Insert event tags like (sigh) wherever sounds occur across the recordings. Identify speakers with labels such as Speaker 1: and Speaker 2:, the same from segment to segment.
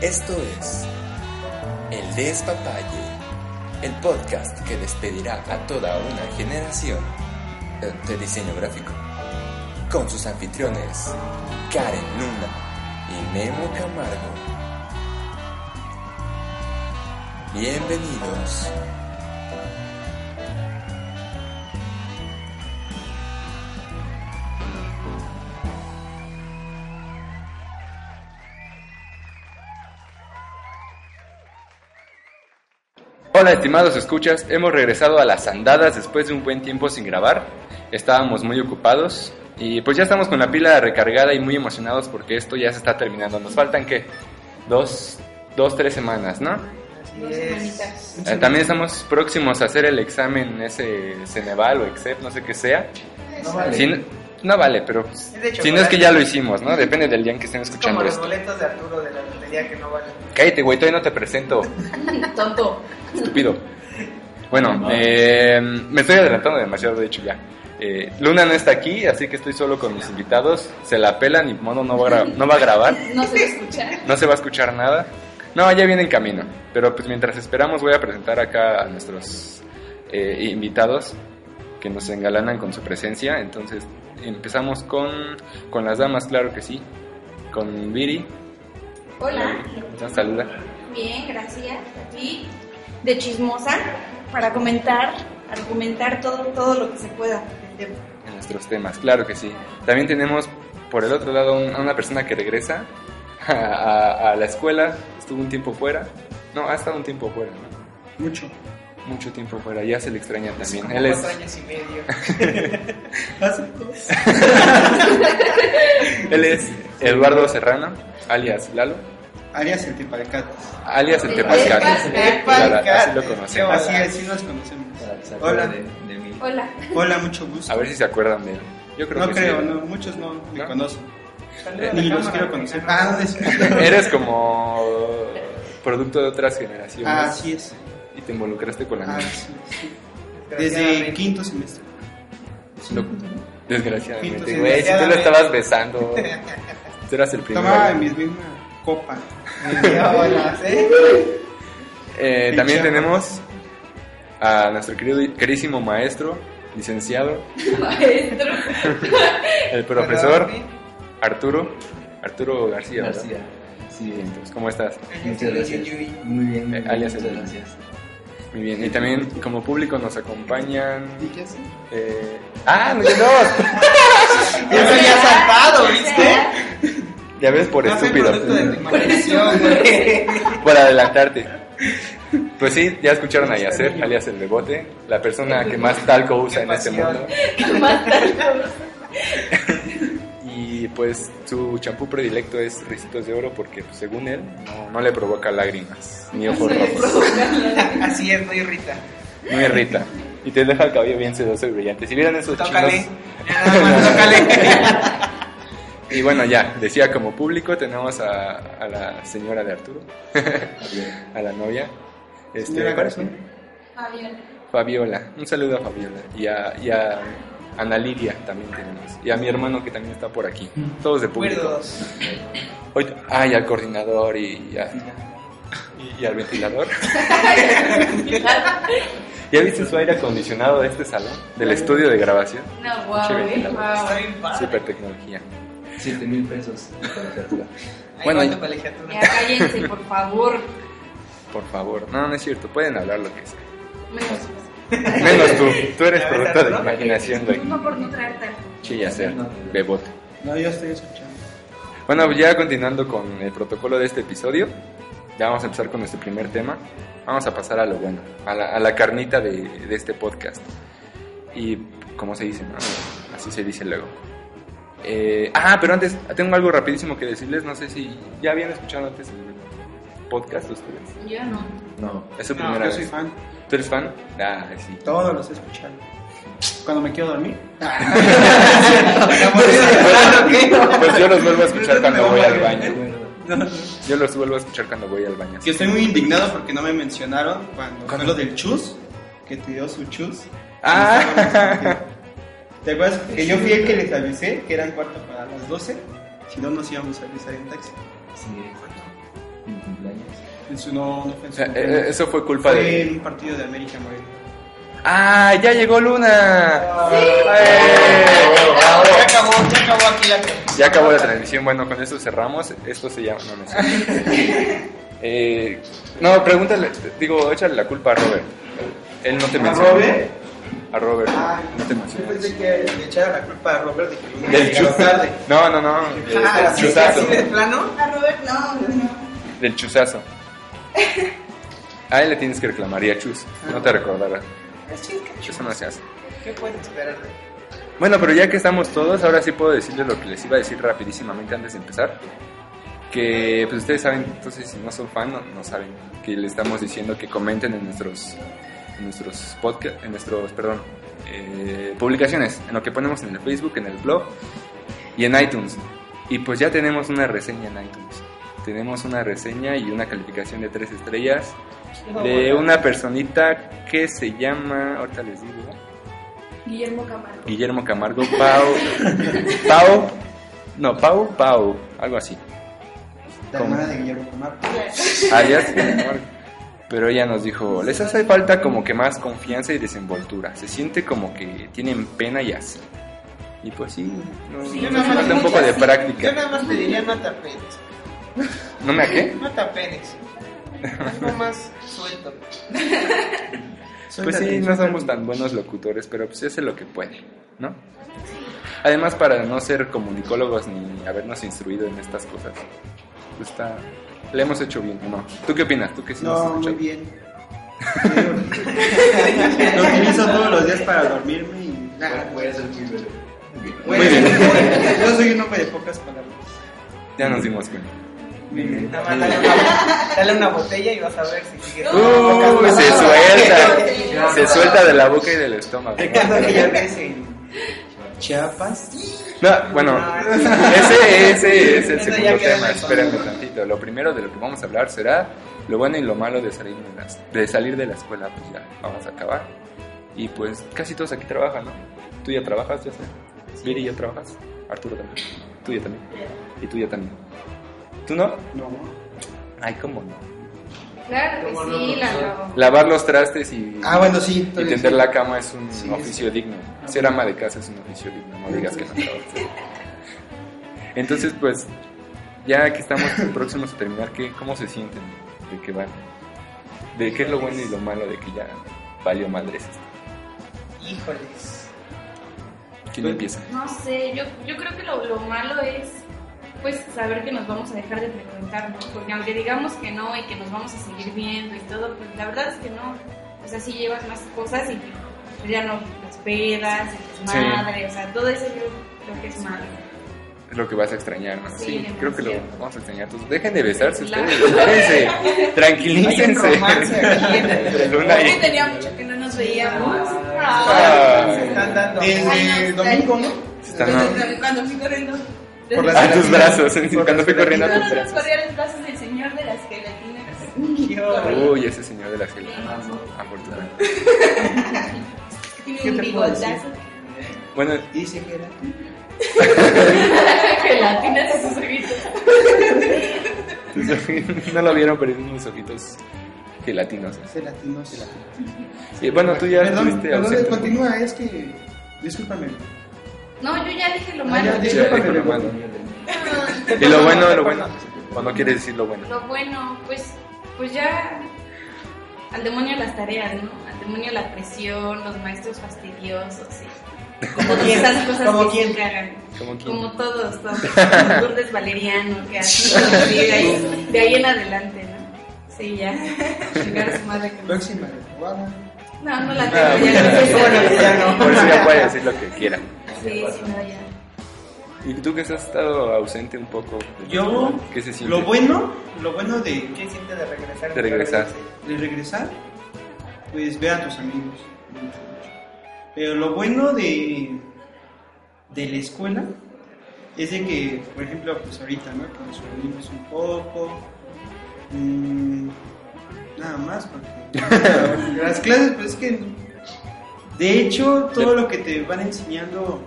Speaker 1: Esto es El Despapalle, el podcast que despedirá a toda una generación eh, de diseño gráfico. Con sus anfitriones, Karen Luna y Memo Camargo. Bienvenidos.
Speaker 2: Hola estimados escuchas, hemos regresado a las andadas después de un buen tiempo sin grabar. Estábamos muy ocupados y pues ya estamos con la pila recargada y muy emocionados porque esto ya se está terminando. Nos faltan que dos, dos, tres semanas, ¿no?
Speaker 3: Dos semanitas.
Speaker 2: Eh, también estamos próximos a hacer el examen ese Ceneval o Excep, no sé qué sea.
Speaker 3: No
Speaker 2: Si
Speaker 3: vale.
Speaker 2: no- no vale, pero
Speaker 3: Es de
Speaker 2: si no es que
Speaker 3: chocolate.
Speaker 2: ya lo pues. hicimos, ¿no? Depende del día en que estén
Speaker 3: Es como
Speaker 2: escuchando
Speaker 3: los
Speaker 2: esto.
Speaker 3: boletos de Arturo de la lotería que no valen.
Speaker 2: Cállate, güey, todavía no te presento.
Speaker 4: (laughs) Tonto.
Speaker 2: Estúpido. Bueno, eh, me estoy adelantando demasiado, de hecho, ya. Eh, Luna no está aquí, así que estoy solo con mis invitados. Se la pelan y Mono no va, a gra- no va a grabar,
Speaker 4: No se escucha.
Speaker 2: no se va a escuchar nada. No, ya viene en camino. Pero pues mientras esperamos voy a presentar acá a nuestros eh, invitados que nos engalanan con su presencia. Entonces empezamos con, con las damas, claro que sí. Con Viri.
Speaker 4: (laughs) Hola.
Speaker 2: Ya saluda.
Speaker 4: Bien, gracias. Aquí de chismosa para comentar, argumentar todo, todo lo que se pueda del tema.
Speaker 2: en nuestros temas, claro que sí. También tenemos por el otro lado un- a una persona que regresa (laughs) a, a- a la escuela, estuvo un tiempo fuera, no, ha estado un tiempo fuera, ¿no?
Speaker 5: Mucho.
Speaker 2: mucho tiempo fuera, ya se le extraña
Speaker 3: Hace
Speaker 2: también.
Speaker 3: como
Speaker 2: Él es,
Speaker 3: cuatro años y medio. Hace dos.
Speaker 2: él es Eduardo Serrano, alias Lalo,
Speaker 5: Arias el Tepalcates.
Speaker 2: alias el
Speaker 4: El
Speaker 2: Tepazcal.
Speaker 4: Tepazcal.
Speaker 2: Así lo conocemos.
Speaker 5: Así es, sí nos conocemos. Hola.
Speaker 4: Hola.
Speaker 5: Hola, mucho gusto.
Speaker 2: A ver si se acuerdan de él. Yo creo
Speaker 5: no
Speaker 2: que
Speaker 5: creo,
Speaker 2: sí. Eh,
Speaker 5: no, muchos no me
Speaker 2: ¿No?
Speaker 5: conocen.
Speaker 3: Saluda a la
Speaker 5: Eh, Ni los
Speaker 3: cámara,
Speaker 5: quiero conocer.
Speaker 3: venga,
Speaker 5: Ah,
Speaker 3: no.
Speaker 5: ¿dónde está?
Speaker 2: Eres como producto de otras generaciones
Speaker 5: Ah, (laughs) así es.
Speaker 2: y te involucraste con la
Speaker 5: Ah,
Speaker 2: nueva.
Speaker 5: sí, sí. Desde el quinto semestre.
Speaker 2: Lo- desgraciadamente, güey, si
Speaker 5: Pinto,
Speaker 2: tú lo
Speaker 3: desgraciadamente.
Speaker 2: estabas besando, tú eras el primero.
Speaker 5: Tomaba mi misma
Speaker 2: (laughs)
Speaker 5: copa.
Speaker 3: Ya, hola,
Speaker 5: (laughs)
Speaker 3: ¿eh?
Speaker 2: Eh, también
Speaker 5: Pinche
Speaker 2: tenemos a nuestro querido, queridísimo maestro, licenciado,
Speaker 4: (laughs) Maestro.
Speaker 2: el profesor
Speaker 3: Perdón,
Speaker 2: Arturo, Arturo García. ¿verdad?
Speaker 6: García. Sí,
Speaker 2: Bien, pues, ¿Cómo estás?
Speaker 3: ¿eh?
Speaker 6: muchas gracias. Muy bien, muy
Speaker 2: Eh,
Speaker 6: bien,
Speaker 2: alias
Speaker 6: muchas
Speaker 2: el-
Speaker 6: gracias.
Speaker 2: Muy bien. Y también como público nos acompañan...
Speaker 5: ¿Y qué hace?
Speaker 2: eh, ¡Ah, no, ya no! (laughs)
Speaker 3: Ya se había salvado, ¿viste?
Speaker 2: Ya ves, por
Speaker 5: No soy
Speaker 2: estúpido.
Speaker 5: producto de tu imaginación, güey.
Speaker 2: Por adelantarte. Pues sí, ya escucharon a Yacer, alias el Bebote, la persona que más talco usa en este mundo.
Speaker 4: Más tarde.
Speaker 2: (laughs) Y pues su champú predilecto es Ricitos de Oro porque pues, según él no, no le provoca lágrimas ni ojos
Speaker 4: Se le
Speaker 2: rojos.
Speaker 4: provoca la-
Speaker 3: Así es, no irrita.
Speaker 2: No irrita. Y te deja el cabello bien sedoso y brillante. Si vieran esos
Speaker 3: Tócale.
Speaker 2: chinos-
Speaker 3: Ya nada
Speaker 2: (laughs)
Speaker 3: más, tócale.
Speaker 2: Y bueno, ya, decía como público tenemos a, a la señora de Arturo, (laughs) a la novia. (laughs) Este,
Speaker 5: Señora
Speaker 2: ¿cuál es su
Speaker 5: García.
Speaker 2: nombre?
Speaker 4: Fabián.
Speaker 2: Fabiola. Un saludo a Fabiola. Y a, y a Ana Lidia también tenemos. Y a mi hermano que también está por aquí. Todos de público.
Speaker 3: Recuerdos.
Speaker 2: Hoy, ah, y al coordinador y, a- y- y al ventilador. (laughs) ¿Ya viste su aire acondicionado de este salón? Del estudio de grabación.
Speaker 4: No, wow,
Speaker 2: Chévere,
Speaker 4: eh,
Speaker 2: la
Speaker 4: wow.
Speaker 3: Ah, Está bien padre.
Speaker 2: Super tecnología.
Speaker 6: 7 mil pesos de colegiatura.
Speaker 3: Ahí
Speaker 2: Bueno,
Speaker 3: va
Speaker 2: ya-
Speaker 3: tu colegiatura.
Speaker 4: Ya cállense, por favor.
Speaker 2: Por favor. No, no es cierto. Pueden hablar lo que sea.
Speaker 4: Menos.
Speaker 2: Menos tú. Tú
Speaker 5: (laughs)
Speaker 2: eres
Speaker 3: Ya ves,
Speaker 2: producto de
Speaker 3: ¿no?
Speaker 2: imaginación, güey.
Speaker 4: No por no traer tanto.
Speaker 2: Chilla ser. Bebote.
Speaker 5: No, yo estoy escuchando.
Speaker 2: Bueno, ya continuando con el protocolo de este episodio, ya vamos a empezar con nuestro primer tema. Vamos a pasar a lo bueno, a la, a la carnita de, de este podcast. Y como se dice, ¿no? así se dice luego. Eh, ah, pero antes, tengo algo rapidísimo que decirles. No sé si ya habían escuchado antes el podcast ustedes.
Speaker 4: Yo no.
Speaker 6: No.
Speaker 2: Es su
Speaker 5: No,
Speaker 2: primera
Speaker 5: yo soy
Speaker 2: vez.
Speaker 5: fan.
Speaker 2: ¿Tú eres fan? Ah, sí.
Speaker 5: Todos los he escuchado. Cuando me quiero dormir.
Speaker 3: Ya morí de verdad, ¿o qué?
Speaker 2: Pues yo los vuelvo a escuchar cuando voy al baño.
Speaker 5: No, no.
Speaker 2: Yo los vuelvo a escuchar cuando voy al baño.
Speaker 5: Que estoy muy indignado porque no me mencionaron cuando fue
Speaker 2: ¿Cuándo?
Speaker 5: lo del chus, que te dio su chus.
Speaker 2: Ah.
Speaker 5: ¿Te acuerdas que yo fui el que les avisé que eran cuarto para las 12? Si no, nos íbamos a avisar en taxi.
Speaker 6: Sí. mi cumpleaños.
Speaker 5: En su, no, no fue en
Speaker 2: O
Speaker 5: su
Speaker 2: sea, eh, eh,
Speaker 5: cumpleaños.
Speaker 2: eso fue culpa
Speaker 5: Fue
Speaker 2: de...
Speaker 5: en un partido de América, Morelia.
Speaker 2: ¡Ah, ya llegó
Speaker 5: Ah.
Speaker 2: Luna! Eh,
Speaker 3: Ya acabó, ya acabó aquí la
Speaker 2: Ya acabó la transmisión, bueno, con eso cerramos. Esto se llama... No, no
Speaker 5: (laughs)
Speaker 2: sé. Eh, no, pregúntale, digo, échale la culpa a Robert. Él no te
Speaker 5: ¿A
Speaker 2: mencionó.
Speaker 5: Robert?
Speaker 2: A Robert,
Speaker 5: Ah,
Speaker 2: no te
Speaker 5: Yo
Speaker 2: mencionó.
Speaker 5: pensé que le echara la culpa a Robert de que no
Speaker 2: Del
Speaker 5: llegado
Speaker 2: chuzazo.
Speaker 5: tarde.
Speaker 2: No, no, no.
Speaker 5: Ah,
Speaker 2: Del
Speaker 5: ¿así- así
Speaker 2: chuzazo.
Speaker 5: de plano?
Speaker 4: A Robert, no, no, no.
Speaker 2: Del chuzazo. A él le tienes que reclamar y a Chus. No te recordarás. Eso no se hace.
Speaker 5: ¿Qué puedes esperar de
Speaker 2: Bueno, pero ya que estamos todos, ahora sí puedo decirles lo que les iba a decir rapidísimamente antes de empezar. Que pues ustedes saben, entonces si no son fan, no, no saben que le estamos diciendo que comenten en nuestros en nuestros podcast, en nuestros, perdón, eh, publicaciones, en lo que ponemos en el Facebook, en el blog y en iTunes. Y pues ya tenemos una reseña en iTunes. Tenemos una reseña y una calificación de tres estrellas de una personita que se llama, ahorita les digo,
Speaker 4: Guillermo Camargo.
Speaker 2: Guillermo Camargo, Pau, Pau, no, Pau, Pau, algo así.
Speaker 5: La
Speaker 2: ¿Cómo?
Speaker 5: hermana de Guillermo Camargo.
Speaker 2: Ah, ya sé, Camargo. Pero ella nos dijo, les hace falta como que más confianza y desenvoltura. Se siente como que tienen pena y así. Y pues sí, no,
Speaker 4: Sí,
Speaker 2: nos
Speaker 4: no,
Speaker 2: falta
Speaker 4: no,
Speaker 2: un poco
Speaker 4: mucho
Speaker 2: de
Speaker 4: así.
Speaker 2: práctica.
Speaker 3: Yo nada más le diría mata penes.
Speaker 2: ¿No me a qué?
Speaker 3: Mata penes. Algo más suelto.
Speaker 2: Pues sí, no somos tan buenos locutores, pero pues hace lo que puede, ¿no? Además, para no ser comunicólogos ni habernos instruido en estas cosas, pues está... Le hemos hecho bien, ¿o ¿no? ¿Tú qué opinas? ¿Tú qué sí nos has
Speaker 5: No, muy
Speaker 2: escuchado?
Speaker 5: bien. (laughs) Lo utilizo todos los días para dormirme y...
Speaker 6: Bueno, voy a ser muy breve.
Speaker 5: Muy
Speaker 2: bien.
Speaker 5: (laughs) Yo soy un hombre de pocas palabras.
Speaker 2: Ya nos dimos cuenta.
Speaker 5: Muy bien.
Speaker 2: (laughs)
Speaker 3: Nada más dale una, dale una botella y vas a ver si sigue.
Speaker 2: ¡Uy!
Speaker 4: no,
Speaker 2: se
Speaker 4: no,
Speaker 2: suelta.
Speaker 4: no,
Speaker 2: se
Speaker 4: no.
Speaker 2: suelta de la boca y del estómago.
Speaker 3: Recuerdo que ya ves en
Speaker 5: Chiapas.
Speaker 2: No, bueno,
Speaker 3: No.
Speaker 2: ese, ese es el
Speaker 3: Eso ya
Speaker 2: segundo
Speaker 3: queda en
Speaker 2: tema.
Speaker 3: el
Speaker 2: Espérenme
Speaker 3: fondo.
Speaker 2: tantito. Lo primero de lo que vamos a hablar será lo bueno y lo malo de salir de, las- de salir de la escuela. Pues ya vamos a acabar. Y pues casi todos aquí trabajan, ¿no? Tú ya trabajas, ya sé. Viri ya trabajas. Arturo también. Tú ya también. Y tú ya también. ¿Tú no?
Speaker 5: No.
Speaker 2: Ay, ¿cómo no?
Speaker 4: Claro que sí, la hago.
Speaker 2: Lavar los trastes y,
Speaker 5: Ah, bueno, sí.
Speaker 2: y
Speaker 5: entonces-
Speaker 2: tender la cama es un
Speaker 5: Sí, sí.
Speaker 2: oficio digno. Ser ama de casa es un oficio digno. No digas que no trabajas. Entonces, pues, ya que estamos próximos a terminar, ¿qué, ¿cómo se sienten de que van? ¿De qué es lo bueno y lo malo de que ya valió madres?
Speaker 3: Híjoles.
Speaker 2: ¿Quién
Speaker 5: Pues,
Speaker 2: empieza?
Speaker 4: No sé, yo, yo creo que lo, lo malo es pues saber que nos vamos a dejar de frecuentar, ¿no? Porque aunque digamos que no y que nos vamos a seguir viendo y todo, pues la verdad es que no. O sea, sí llevas más cosas y pues, ya no las pedas, el
Speaker 2: Sí.
Speaker 4: desmadre, o sea, todo eso yo creo que es malo.
Speaker 2: Es lo que vas a extrañar, ¿no?
Speaker 4: Sí,
Speaker 2: creo que lo
Speaker 4: demasiado.
Speaker 2: vamos a extrañar. Entonces, dejen de besarse
Speaker 4: La-
Speaker 2: ustedes, espérense,
Speaker 3: Hay un
Speaker 2: tranquilícense. (laughs)
Speaker 3: romance aquí en el-
Speaker 2: Luna y-
Speaker 4: tenía mucho que no nos veíamos.
Speaker 2: Ah.
Speaker 3: Se están dando.
Speaker 5: Desde
Speaker 4: Ay,
Speaker 5: el
Speaker 4: no,
Speaker 5: domingo, Ah, ¿no?
Speaker 2: se están- no.
Speaker 4: Cuando fui corriendo.
Speaker 5: Por las
Speaker 2: A tus
Speaker 5: gelatinas.
Speaker 2: brazos, cuando fui
Speaker 5: las
Speaker 2: corriendo a
Speaker 4: No,
Speaker 2: tus
Speaker 4: no, nos
Speaker 2: brazos.
Speaker 4: corría los brazos del señor de las gelatinas.
Speaker 2: Uy, ese señor de la gelatinas.
Speaker 4: Sí.
Speaker 2: Afortunadamente.
Speaker 4: Tiene
Speaker 5: ¿Qué
Speaker 4: un
Speaker 5: te puedo decir?
Speaker 4: bigotazo.
Speaker 2: Bueno,
Speaker 5: Dice que era.
Speaker 4: (laughs) Gelatinas en sus ojitos.
Speaker 2: (laughs) no lo vieron, pero tiene unos ojitos gelatinosos.
Speaker 5: Ese latino se la.
Speaker 2: Y bueno, tú ya
Speaker 5: Perdón,
Speaker 2: estuviste
Speaker 5: perdón,
Speaker 2: ausente.
Speaker 5: continúa, es que. Discúlpame.
Speaker 4: No, yo ya dije lo
Speaker 5: Ah,
Speaker 4: malo.
Speaker 5: ya,
Speaker 2: Sí,
Speaker 5: discúlpame,
Speaker 2: con lo
Speaker 5: Begoña.
Speaker 2: malo. Y lo bueno, lo bueno. ¿O no quieres decir lo bueno?
Speaker 4: Lo bueno, pues, pues ya al demonio las tareas, ¿no? Al demonio la presión, los maestros fastidiosos, sí. Como
Speaker 3: quién?
Speaker 4: esas cosas
Speaker 3: ¿Como
Speaker 4: que sí
Speaker 3: quién?
Speaker 4: cagan.
Speaker 2: ¿Cómo quién?
Speaker 4: Como
Speaker 2: (laughs)
Speaker 4: todos, todos. Como Lourdes Valeriano, que así, sí, de ahí, de ahí en adelante, ¿no? Sí, ya. Llegar a su madre con-
Speaker 5: Próxima reprobada.
Speaker 4: No, no la tengo,
Speaker 2: Ah,
Speaker 4: (laughs) ya no sé.
Speaker 3: bueno, ya no.
Speaker 2: Por eso ya puede decir lo que quiera.
Speaker 4: Sí, sí, no, ya.
Speaker 2: ¿Y tú que has estado ausente un poco?
Speaker 5: Yo,
Speaker 2: ¿Qué se siente?
Speaker 5: Lo bueno, lo bueno de,
Speaker 3: ¿Qué siente de regresar?
Speaker 2: De regresar.
Speaker 5: de regresar, pues ver a tus amigos. Pero lo bueno de, de la escuela es de que, por ejemplo, pues ahorita, ¿no? Que nos reunimos un poco. mm, nada
Speaker 2: (laughs)
Speaker 5: más, porque las clases, pues es que. De hecho, todo lo que te van enseñando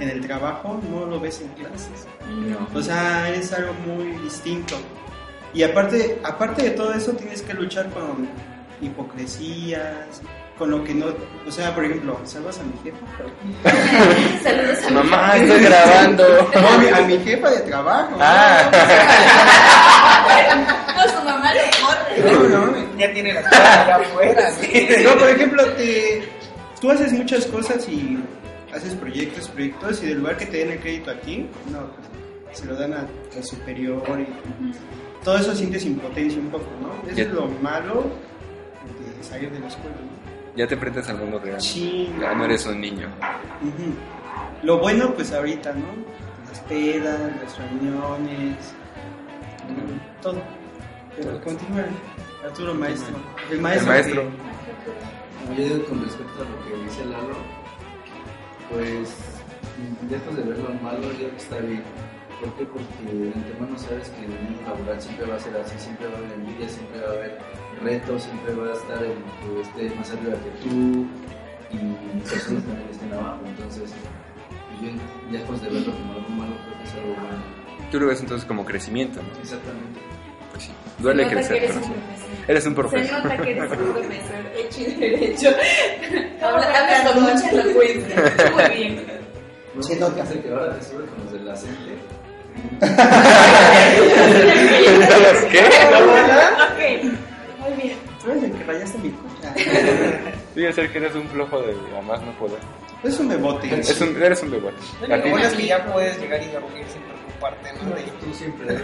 Speaker 5: en el trabajo no lo ves en clases.
Speaker 2: No.
Speaker 5: O sea, es algo muy distinto. Y aparte, aparte de todo eso, tienes que luchar con hipocresías, con lo que no. O sea, por ejemplo, ¿salvas a mi jefa?
Speaker 4: (laughs) Saludos a (laughs) mi
Speaker 5: (laughs)
Speaker 2: Mamá, Ah, estoy grabando.
Speaker 5: No, a mi, a mi jefa de trabajo.
Speaker 2: Ah,
Speaker 4: No, su mamá le corre.
Speaker 5: No, no, no.
Speaker 3: Ya tiene las cosas
Speaker 2: (laughs)
Speaker 3: allá afuera.
Speaker 5: No, por ejemplo, te, tú haces muchas cosas y haces proyectos, proyectos, y del lugar que te den el crédito a ti, no, pues, se lo dan a, a superior y todo eso sientes impotencia un poco, ¿no? Eso
Speaker 2: Ya.
Speaker 5: es lo malo de salir de la escuela, ¿no?
Speaker 2: ya te enfrentas al mundo real.
Speaker 5: Sí.
Speaker 2: Ya Ah, no eres un niño.
Speaker 5: Ujú. Lo bueno, pues ahorita, ¿no? Las pedas, las reuniones, mm, todo. Pero continúa, Arturo Maestro. El
Speaker 2: El
Speaker 5: maestro.
Speaker 2: maestro.
Speaker 5: que-
Speaker 6: Como yo digo con respecto a lo que dice Lalo, pues lejos de ver lo malo, yo creo que está bien. ¿Por qué? Porque de antemano sabes que el mundo laboral siempre va a ser así, siempre va a haber envidia, siempre va a haber retos, siempre va a estar el que esté más arriba que tú y personas también estén abajo. Entonces, yo lejos de verlo como algo malo, creo que es algo bueno.
Speaker 2: Tú lo ves entonces como crecimiento, ¿no?
Speaker 6: Exactamente.
Speaker 2: Pues sí. Duele
Speaker 4: Se nota que
Speaker 2: crecer,
Speaker 4: eres
Speaker 2: pero
Speaker 4: un
Speaker 2: sí.
Speaker 4: profesor.
Speaker 2: Eres un
Speaker 4: Se
Speaker 2: profesor.
Speaker 4: nota que eres un profesor hecho y derecho. (laughs) Habla- Hablas con mucha elocuencia. Muy bien.
Speaker 6: No
Speaker 3: Sí,
Speaker 6: sé
Speaker 3: no,
Speaker 6: qué hace que ahora te sube con los del acente.
Speaker 2: (laughs)
Speaker 4: Ok, muy bien.
Speaker 5: Tú eres el que rayaste mi coche.
Speaker 2: (laughs) Voy a hacer que eres un flojo de a más no poder.
Speaker 5: Es un bebote.
Speaker 2: Es un, eres un bebote.
Speaker 4: Dale,
Speaker 2: A
Speaker 4: Así.
Speaker 2: ti.
Speaker 4: voy
Speaker 3: Bueno, es que ya puedes llegar y dormir sin preocuparte, ¿no?
Speaker 2: (laughs)
Speaker 3: De (laughs)
Speaker 6: Tú siempre.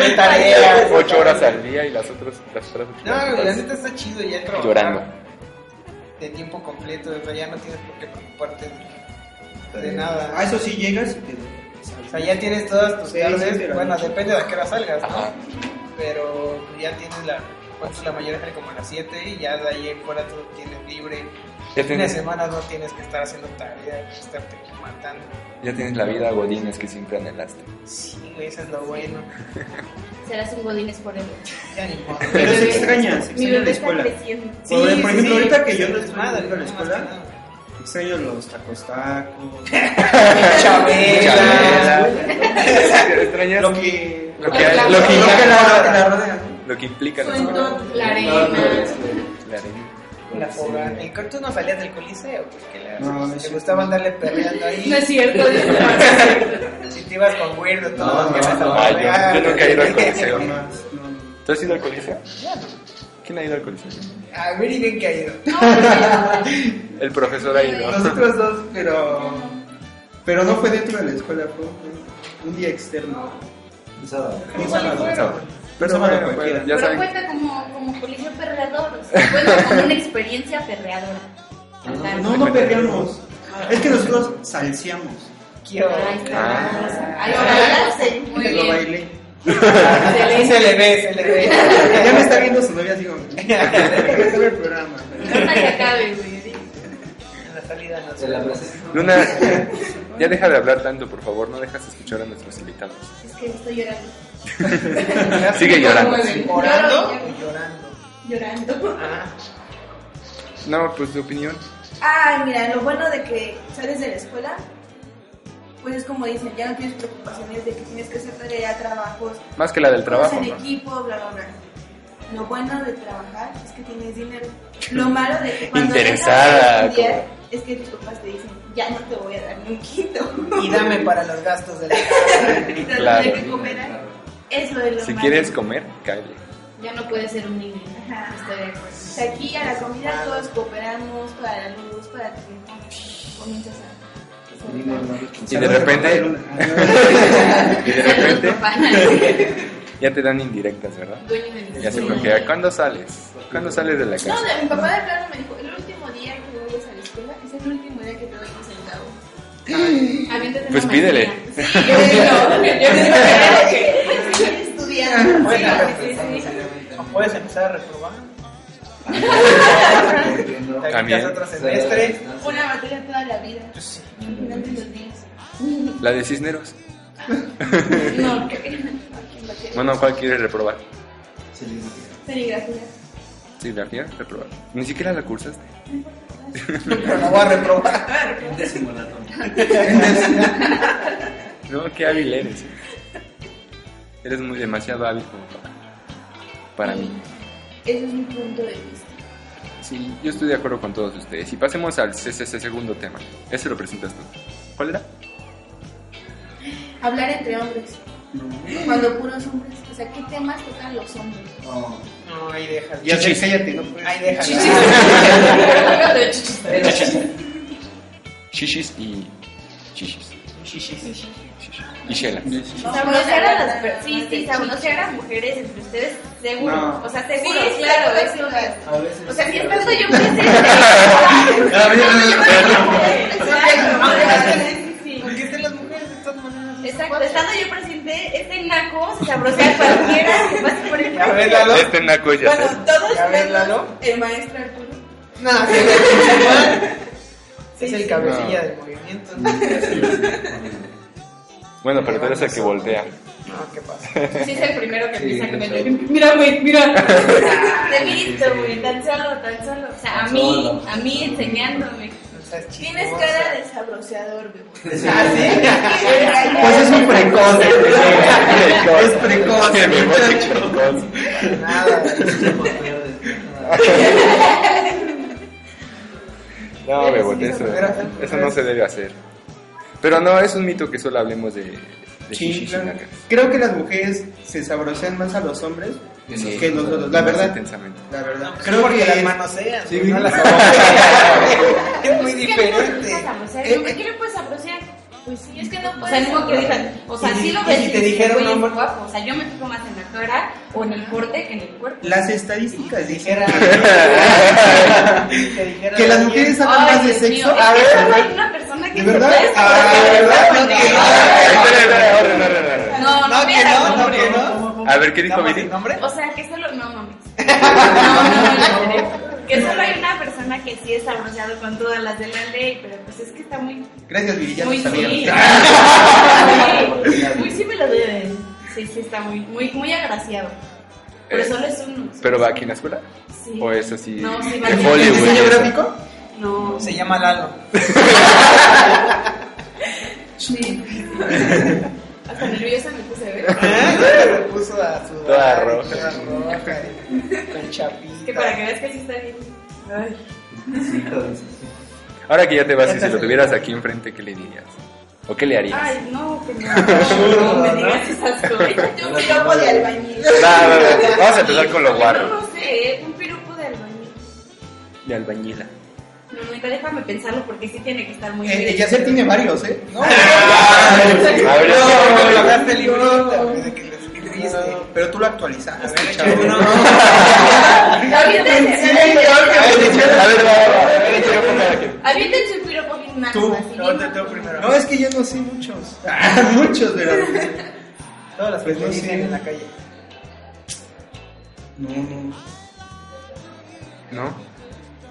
Speaker 3: de tareas.
Speaker 2: Ocho horas al día y las otras, las otras ocho
Speaker 3: No, güey, la
Speaker 2: horas.
Speaker 3: neta está chido ya trabajar.
Speaker 2: Llorando.
Speaker 3: De tiempo completo, o sea, ya no tienes por qué preocuparte de, de nada.
Speaker 5: A Ah, eso sí llegas y te.
Speaker 3: O sea, ya tienes todas tus
Speaker 5: Sí,
Speaker 3: tardes.
Speaker 5: sí, pero-
Speaker 3: bueno, depende de a qué hora salgas, ¿no?
Speaker 2: Ajá.
Speaker 3: Pero ya tienes la. Pues, la mayoría sale como a las 7 y ya de ahí en fuera tú tienes libre.
Speaker 2: Ya
Speaker 3: Una
Speaker 2: tienes,
Speaker 3: semana no tienes que estar haciendo tareas, estarte matando.
Speaker 2: ya tienes la vida godines que siempre anhelaste.
Speaker 3: Sí, güey, eso es lo bueno.
Speaker 4: Serás un godines por él.
Speaker 3: Ya ni
Speaker 5: (laughs)
Speaker 3: modo.
Speaker 5: Pero se extraña, se
Speaker 4: Mi
Speaker 5: extraña
Speaker 4: bebé
Speaker 5: la
Speaker 4: está
Speaker 5: escuela.
Speaker 4: creciendo.
Speaker 5: Sí, por ejemplo, ahorita que yo no
Speaker 3: no
Speaker 5: estoy yendo a la escuela, extraño los
Speaker 2: (laughs)
Speaker 5: tacos tacos.
Speaker 3: Chabela.
Speaker 2: Extrañas
Speaker 5: lo que.
Speaker 2: lo que,
Speaker 4: Lo
Speaker 2: lo que,
Speaker 5: Lo que
Speaker 2: implica-
Speaker 5: la, la rodea.
Speaker 2: lo que implica la
Speaker 4: Su
Speaker 2: escuela.
Speaker 4: entorno, la arena.
Speaker 2: La arena.
Speaker 3: La fogata. ¿En cuánto no salías del coliseo? Porque la,
Speaker 5: No, no
Speaker 3: te
Speaker 5: es
Speaker 3: gustaba
Speaker 5: cierto.
Speaker 3: andarle perreando
Speaker 4: No es
Speaker 3: ahí.
Speaker 4: cierto, disculpa.
Speaker 3: Si te ibas con weirdo, todos
Speaker 5: No,
Speaker 3: que vas
Speaker 5: no,
Speaker 2: no,
Speaker 3: a
Speaker 2: yo-
Speaker 3: bailar.
Speaker 2: yo nunca he ido al coliseo.
Speaker 5: Pero más, no, no.
Speaker 2: ¿Tú has ido al coliseo?
Speaker 3: Ya no.
Speaker 2: ¿Quién ha ido al coliseo?
Speaker 3: A ver y Ah, bien caído.
Speaker 2: El profesor ha ido.
Speaker 5: Nosotros dos, pero. Pero no fue dentro de la escuela, fue un- un día externo. Un
Speaker 3: Igual
Speaker 5: sábado.
Speaker 3: fueron.
Speaker 2: Pero
Speaker 5: Sábado
Speaker 2: bueno,
Speaker 5: cualquiera.
Speaker 2: bueno, ya
Speaker 4: Pero
Speaker 2: saben.
Speaker 4: cuenta como, como colegio perreador, o sea, cuenta como una experiencia perreadora. Total.
Speaker 5: No, no perdíamos. Es que nosotros salseamos.
Speaker 3: Quiero.
Speaker 4: Ahí está.
Speaker 2: Ah.
Speaker 4: Ahí bailaste, muy
Speaker 5: Lo
Speaker 4: bien.
Speaker 5: bailé.
Speaker 3: Ah, Se (laughs) le ve, se le
Speaker 5: Ya me está
Speaker 3: ve.
Speaker 5: viendo su novia, así como. "Déjame ver el programa.
Speaker 4: Hasta que acabe, güey. sí.
Speaker 3: En la salida no
Speaker 6: Se
Speaker 3: se
Speaker 6: la
Speaker 3: la
Speaker 6: abraza.
Speaker 2: Luna, ya deja de hablar tanto, por favor, no dejas de escuchar a nuestros invitados.
Speaker 4: Es que estoy llorando.
Speaker 2: Sigue llorando.
Speaker 3: Orando y llorando.
Speaker 4: Llorando.
Speaker 3: Ah,
Speaker 2: No, pues de opinión.
Speaker 7: Ay, mira, lo bueno de que sales de la escuela, pues es como dicen, ya no tienes preocupaciones de que tienes que hacer tarea, trabajos,
Speaker 2: Más que la del trabajo,
Speaker 7: cosas en
Speaker 2: ¿no?
Speaker 7: equipo, bla, bla, bla. Lo bueno de trabajar es que tienes
Speaker 2: (laughs)
Speaker 7: dinero. Lo malo de que cuando
Speaker 2: Interesada,
Speaker 7: dejas de estudiar es que tus papás te dicen, ya no te voy a dar ni un quito. (laughs)
Speaker 3: Y dame para los gastos de la
Speaker 7: Y te
Speaker 2: Claro.
Speaker 7: tendré que comer algo. Eso es lo
Speaker 2: Si
Speaker 7: malo.
Speaker 2: quieres comer, cállate.
Speaker 4: Ya no puede ser un niño.
Speaker 7: Ajá.
Speaker 4: Estoy de acuerdo.
Speaker 7: O sea, aquí a la comida todos cooperamos para la luz, para que comienzas a... que se vea.
Speaker 2: Y de repente, y de
Speaker 4: Saludos,
Speaker 2: repente, (laughs)
Speaker 4: Este, papá.
Speaker 2: ya te dan indirectas, ¿verdad?
Speaker 4: Dueño de mi
Speaker 2: Ya se
Speaker 4: vida.
Speaker 2: bloquea. ¿Cuándo sales? ¿Cuándo sales de la
Speaker 4: No,
Speaker 2: casa?
Speaker 4: de- mi papá de plano me dijo, el último día que vayas a la escuela es el último día que te doy un centavo. Aviéntate
Speaker 2: Pues
Speaker 4: una
Speaker 2: pídele.
Speaker 4: mañana. (laughs) Sí, yo digo, yo digo que-
Speaker 7: Pues sí, estudiar.
Speaker 3: Bueno,
Speaker 4: sí, sí, sí.
Speaker 3: O puedes empezar a reprobar. Te
Speaker 2: También.
Speaker 3: quitas otro semestre.
Speaker 7: Una materia toda la vida.
Speaker 2: Pues
Speaker 7: Al final de los días.
Speaker 2: (laughs) La de Cisneros.
Speaker 4: No, que-
Speaker 2: Bueno, ¿cuál quieres reprobar?
Speaker 7: Serigrafía.
Speaker 2: Sí, la mía, reprobar. Ni siquiera la cursaste.
Speaker 3: Pero la voy a reprobar.
Speaker 6: Un décimo la toma.
Speaker 2: No, qué hábil eres. Eres muy, demasiado hábil como para, para mí.
Speaker 7: Ese es mi punto de vista.
Speaker 2: Sí, yo estoy de acuerdo con todos ustedes. Y pasemos al CCC segundo tema. Ese lo presentas tú. ¿Cuál era?
Speaker 7: Hablar entre hombres, cuando puros hombres. O sea, ¿qué temas tocan los hombres?
Speaker 5: No.
Speaker 3: No, ahí déjalo.
Speaker 5: Ya sé,
Speaker 2: Chichis.
Speaker 5: cállate, no puedes.
Speaker 3: Ahí déjalo.
Speaker 5: Pues
Speaker 2: Shishis y... Shishis.
Speaker 3: Chichis.
Speaker 2: Shishis. Y Shela.
Speaker 4: Sabrosear a las per- sí, sí, sabrosear a las mujeres entre ustedes, seguro.
Speaker 5: No.
Speaker 4: O sea,
Speaker 7: Sí,
Speaker 4: seguro,
Speaker 7: claro,
Speaker 4: claro.
Speaker 7: es
Speaker 4: eso
Speaker 7: una-
Speaker 6: A veces.
Speaker 4: O sea, si estando
Speaker 6: a
Speaker 4: yo
Speaker 6: veces-
Speaker 4: presente.
Speaker 2: (laughs)
Speaker 5: A ver,
Speaker 4: (laughs) Exacto, sí, sí.
Speaker 3: Porque están las mujeres de todas maneras.
Speaker 4: Exacto, estando yo presente, este naco se sabrosea a cualquiera que pase por el
Speaker 3: A ver, Lalo.
Speaker 2: Este naco ya
Speaker 7: Bueno,
Speaker 2: sabes.
Speaker 7: todos
Speaker 3: A ver, Lalo.
Speaker 7: menos el maestro Arturo.
Speaker 3: No, es
Speaker 7: Sí, sí.
Speaker 3: el cabecilla
Speaker 2: No.
Speaker 3: del movimiento.
Speaker 2: Bueno, pero tú eres el que voltea.
Speaker 3: No, ¿qué pasa?
Speaker 4: Sí, es el primero que
Speaker 6: Sí,
Speaker 4: empieza con
Speaker 6: exacto.
Speaker 4: el. Mira, güey, mira. Te he visto, güey, tan solo, tan solo. O sea, a
Speaker 6: Tan
Speaker 4: mí,
Speaker 6: solo.
Speaker 4: a mí enseñándome.
Speaker 3: No seas chismosa.
Speaker 7: Tienes cara de sabroseador,
Speaker 3: (laughs)
Speaker 7: bebé.
Speaker 3: ¿Ah, sí?
Speaker 5: Pues es un precoz.
Speaker 2: Precoz.
Speaker 5: Es precoz.
Speaker 2: (laughs) Que me voy
Speaker 5: muchacho.
Speaker 2: precoz.
Speaker 3: Nada.
Speaker 2: No, bebote, eso, eso no se debe hacer. Pero no, es un mito que solo hablemos de, de
Speaker 5: Sí,
Speaker 2: shishis y
Speaker 5: claro.
Speaker 2: nacas.
Speaker 5: Creo que las mujeres se sabrosean más a los hombres
Speaker 6: Sí.
Speaker 5: que nosotros, la
Speaker 2: Más
Speaker 5: verdad.
Speaker 2: intensamente.
Speaker 5: La verdad.
Speaker 3: Creo
Speaker 5: Creo
Speaker 3: porque las
Speaker 5: que
Speaker 3: manoseas.
Speaker 6: Sí,
Speaker 3: güey, no
Speaker 6: güey.
Speaker 3: las saboreas. Es muy
Speaker 4: ¿Qué le puedes
Speaker 3: diferente.
Speaker 4: sabrosear?
Speaker 3: Eh,
Speaker 4: ¿Por
Speaker 3: eh,
Speaker 4: qué le puedes sabrosear? Pues sí,
Speaker 7: Es que no
Speaker 4: O sea,
Speaker 7: puedes.
Speaker 4: es como que digan, o sea,
Speaker 3: Y-
Speaker 4: sí lo
Speaker 3: y
Speaker 4: ves
Speaker 3: si te
Speaker 4: dices,
Speaker 3: dijeron,
Speaker 4: "Güey, es
Speaker 3: no,
Speaker 4: guapo. O sea, yo me fijo más en la cara o en el corte que en el cuerpo.
Speaker 5: las estadísticas dicen
Speaker 3: dijera- te dijera
Speaker 5: (laughs) que las
Speaker 3: alguien,
Speaker 5: mujeres hablan
Speaker 4: Ay,
Speaker 5: más de
Speaker 4: Dios mío,
Speaker 5: sexo.
Speaker 4: es
Speaker 5: A
Speaker 4: que yo
Speaker 5: ver,
Speaker 4: soy una persona que
Speaker 5: ¿De verdad?
Speaker 4: se puede
Speaker 5: Ah,
Speaker 4: saborear.
Speaker 5: ¿verdad?
Speaker 4: No,
Speaker 5: No,
Speaker 2: Espera, espera, orden, orden, orden.
Speaker 4: No, no,
Speaker 3: No, que
Speaker 4: mira,
Speaker 3: no, no, que no.
Speaker 2: A ver, ¿qué dijo
Speaker 3: ¿Damos
Speaker 2: Viri?
Speaker 3: el nombre?
Speaker 4: O sea, que solo. No
Speaker 5: (laughs)
Speaker 4: mames. No, no, no, no, no. Que solo hay una persona que sí es sabroseado con todas las de la ley, pero pues es que está muy.
Speaker 5: gracias Viri, ya lo
Speaker 4: muy
Speaker 5: (laughs)
Speaker 4: sí.
Speaker 5: sabía. (laughs)
Speaker 4: Muy- Muy sí me lo debe. Sí, sí, está muy, muy, muy agraciado. Pero
Speaker 2: Eh,
Speaker 4: solo es uno.
Speaker 2: ¿Pero va aquí en la escuela?
Speaker 4: Sí.
Speaker 2: ¿O es así?
Speaker 4: No, sí, va
Speaker 2: de
Speaker 4: aquí.
Speaker 5: ¿El
Speaker 2: Hollywood.
Speaker 5: diseño gráfico?
Speaker 4: No.
Speaker 3: Se llama Lalo.
Speaker 4: Sí. Hasta nerviosa me puse, ¿eh? ¿ves?
Speaker 3: Se puso a sudar.
Speaker 2: Toda roja.
Speaker 3: toda roja, y Con chapita.
Speaker 4: Que para que veas que sí está bien. Ay.
Speaker 6: Sí, a veces.
Speaker 2: Ahora que ya te vas y si lo tuvieras aquí enfrente, ¿qué le dirías? ¿O qué le harías?
Speaker 4: Ay, no,
Speaker 2: (laughs)
Speaker 4: que no, no me digas esas cosas.
Speaker 7: Yo un piropo de albañil.
Speaker 2: Va, va, va. Vamos a empezar con lo
Speaker 4: No,
Speaker 2: guarro.
Speaker 4: no sé, un piropo de albañil.
Speaker 2: Y albañila.
Speaker 4: No, neta, déjame pensarlo porque sí tiene que estar muy
Speaker 5: Eh,
Speaker 4: bien.
Speaker 5: eh, Yasser tiene varios, ¿eh? (laughs) No,
Speaker 2: A ver,
Speaker 3: No,
Speaker 2: ya
Speaker 3: lo
Speaker 2: sé.
Speaker 3: hablaste librita, güey, de que les- que triste.
Speaker 5: pero tú lo actualizaste,
Speaker 3: A ver,
Speaker 5: chavo.
Speaker 3: échale uno.
Speaker 4: Aviéntense,
Speaker 2: A ver, va, va, va. A ver, yo pongo aquí.
Speaker 4: Aviéntense un piropo bien naco,
Speaker 5: Tú,
Speaker 4: así,
Speaker 3: No,
Speaker 4: bien
Speaker 3: te tengo
Speaker 4: naco.
Speaker 3: primero.
Speaker 5: No, es que yo no sé muchos. (laughs) muchos, pero.
Speaker 3: Todas las
Speaker 5: Pues no
Speaker 3: personas
Speaker 5: sé.
Speaker 3: en la calle.
Speaker 5: No, no.
Speaker 2: ¿No?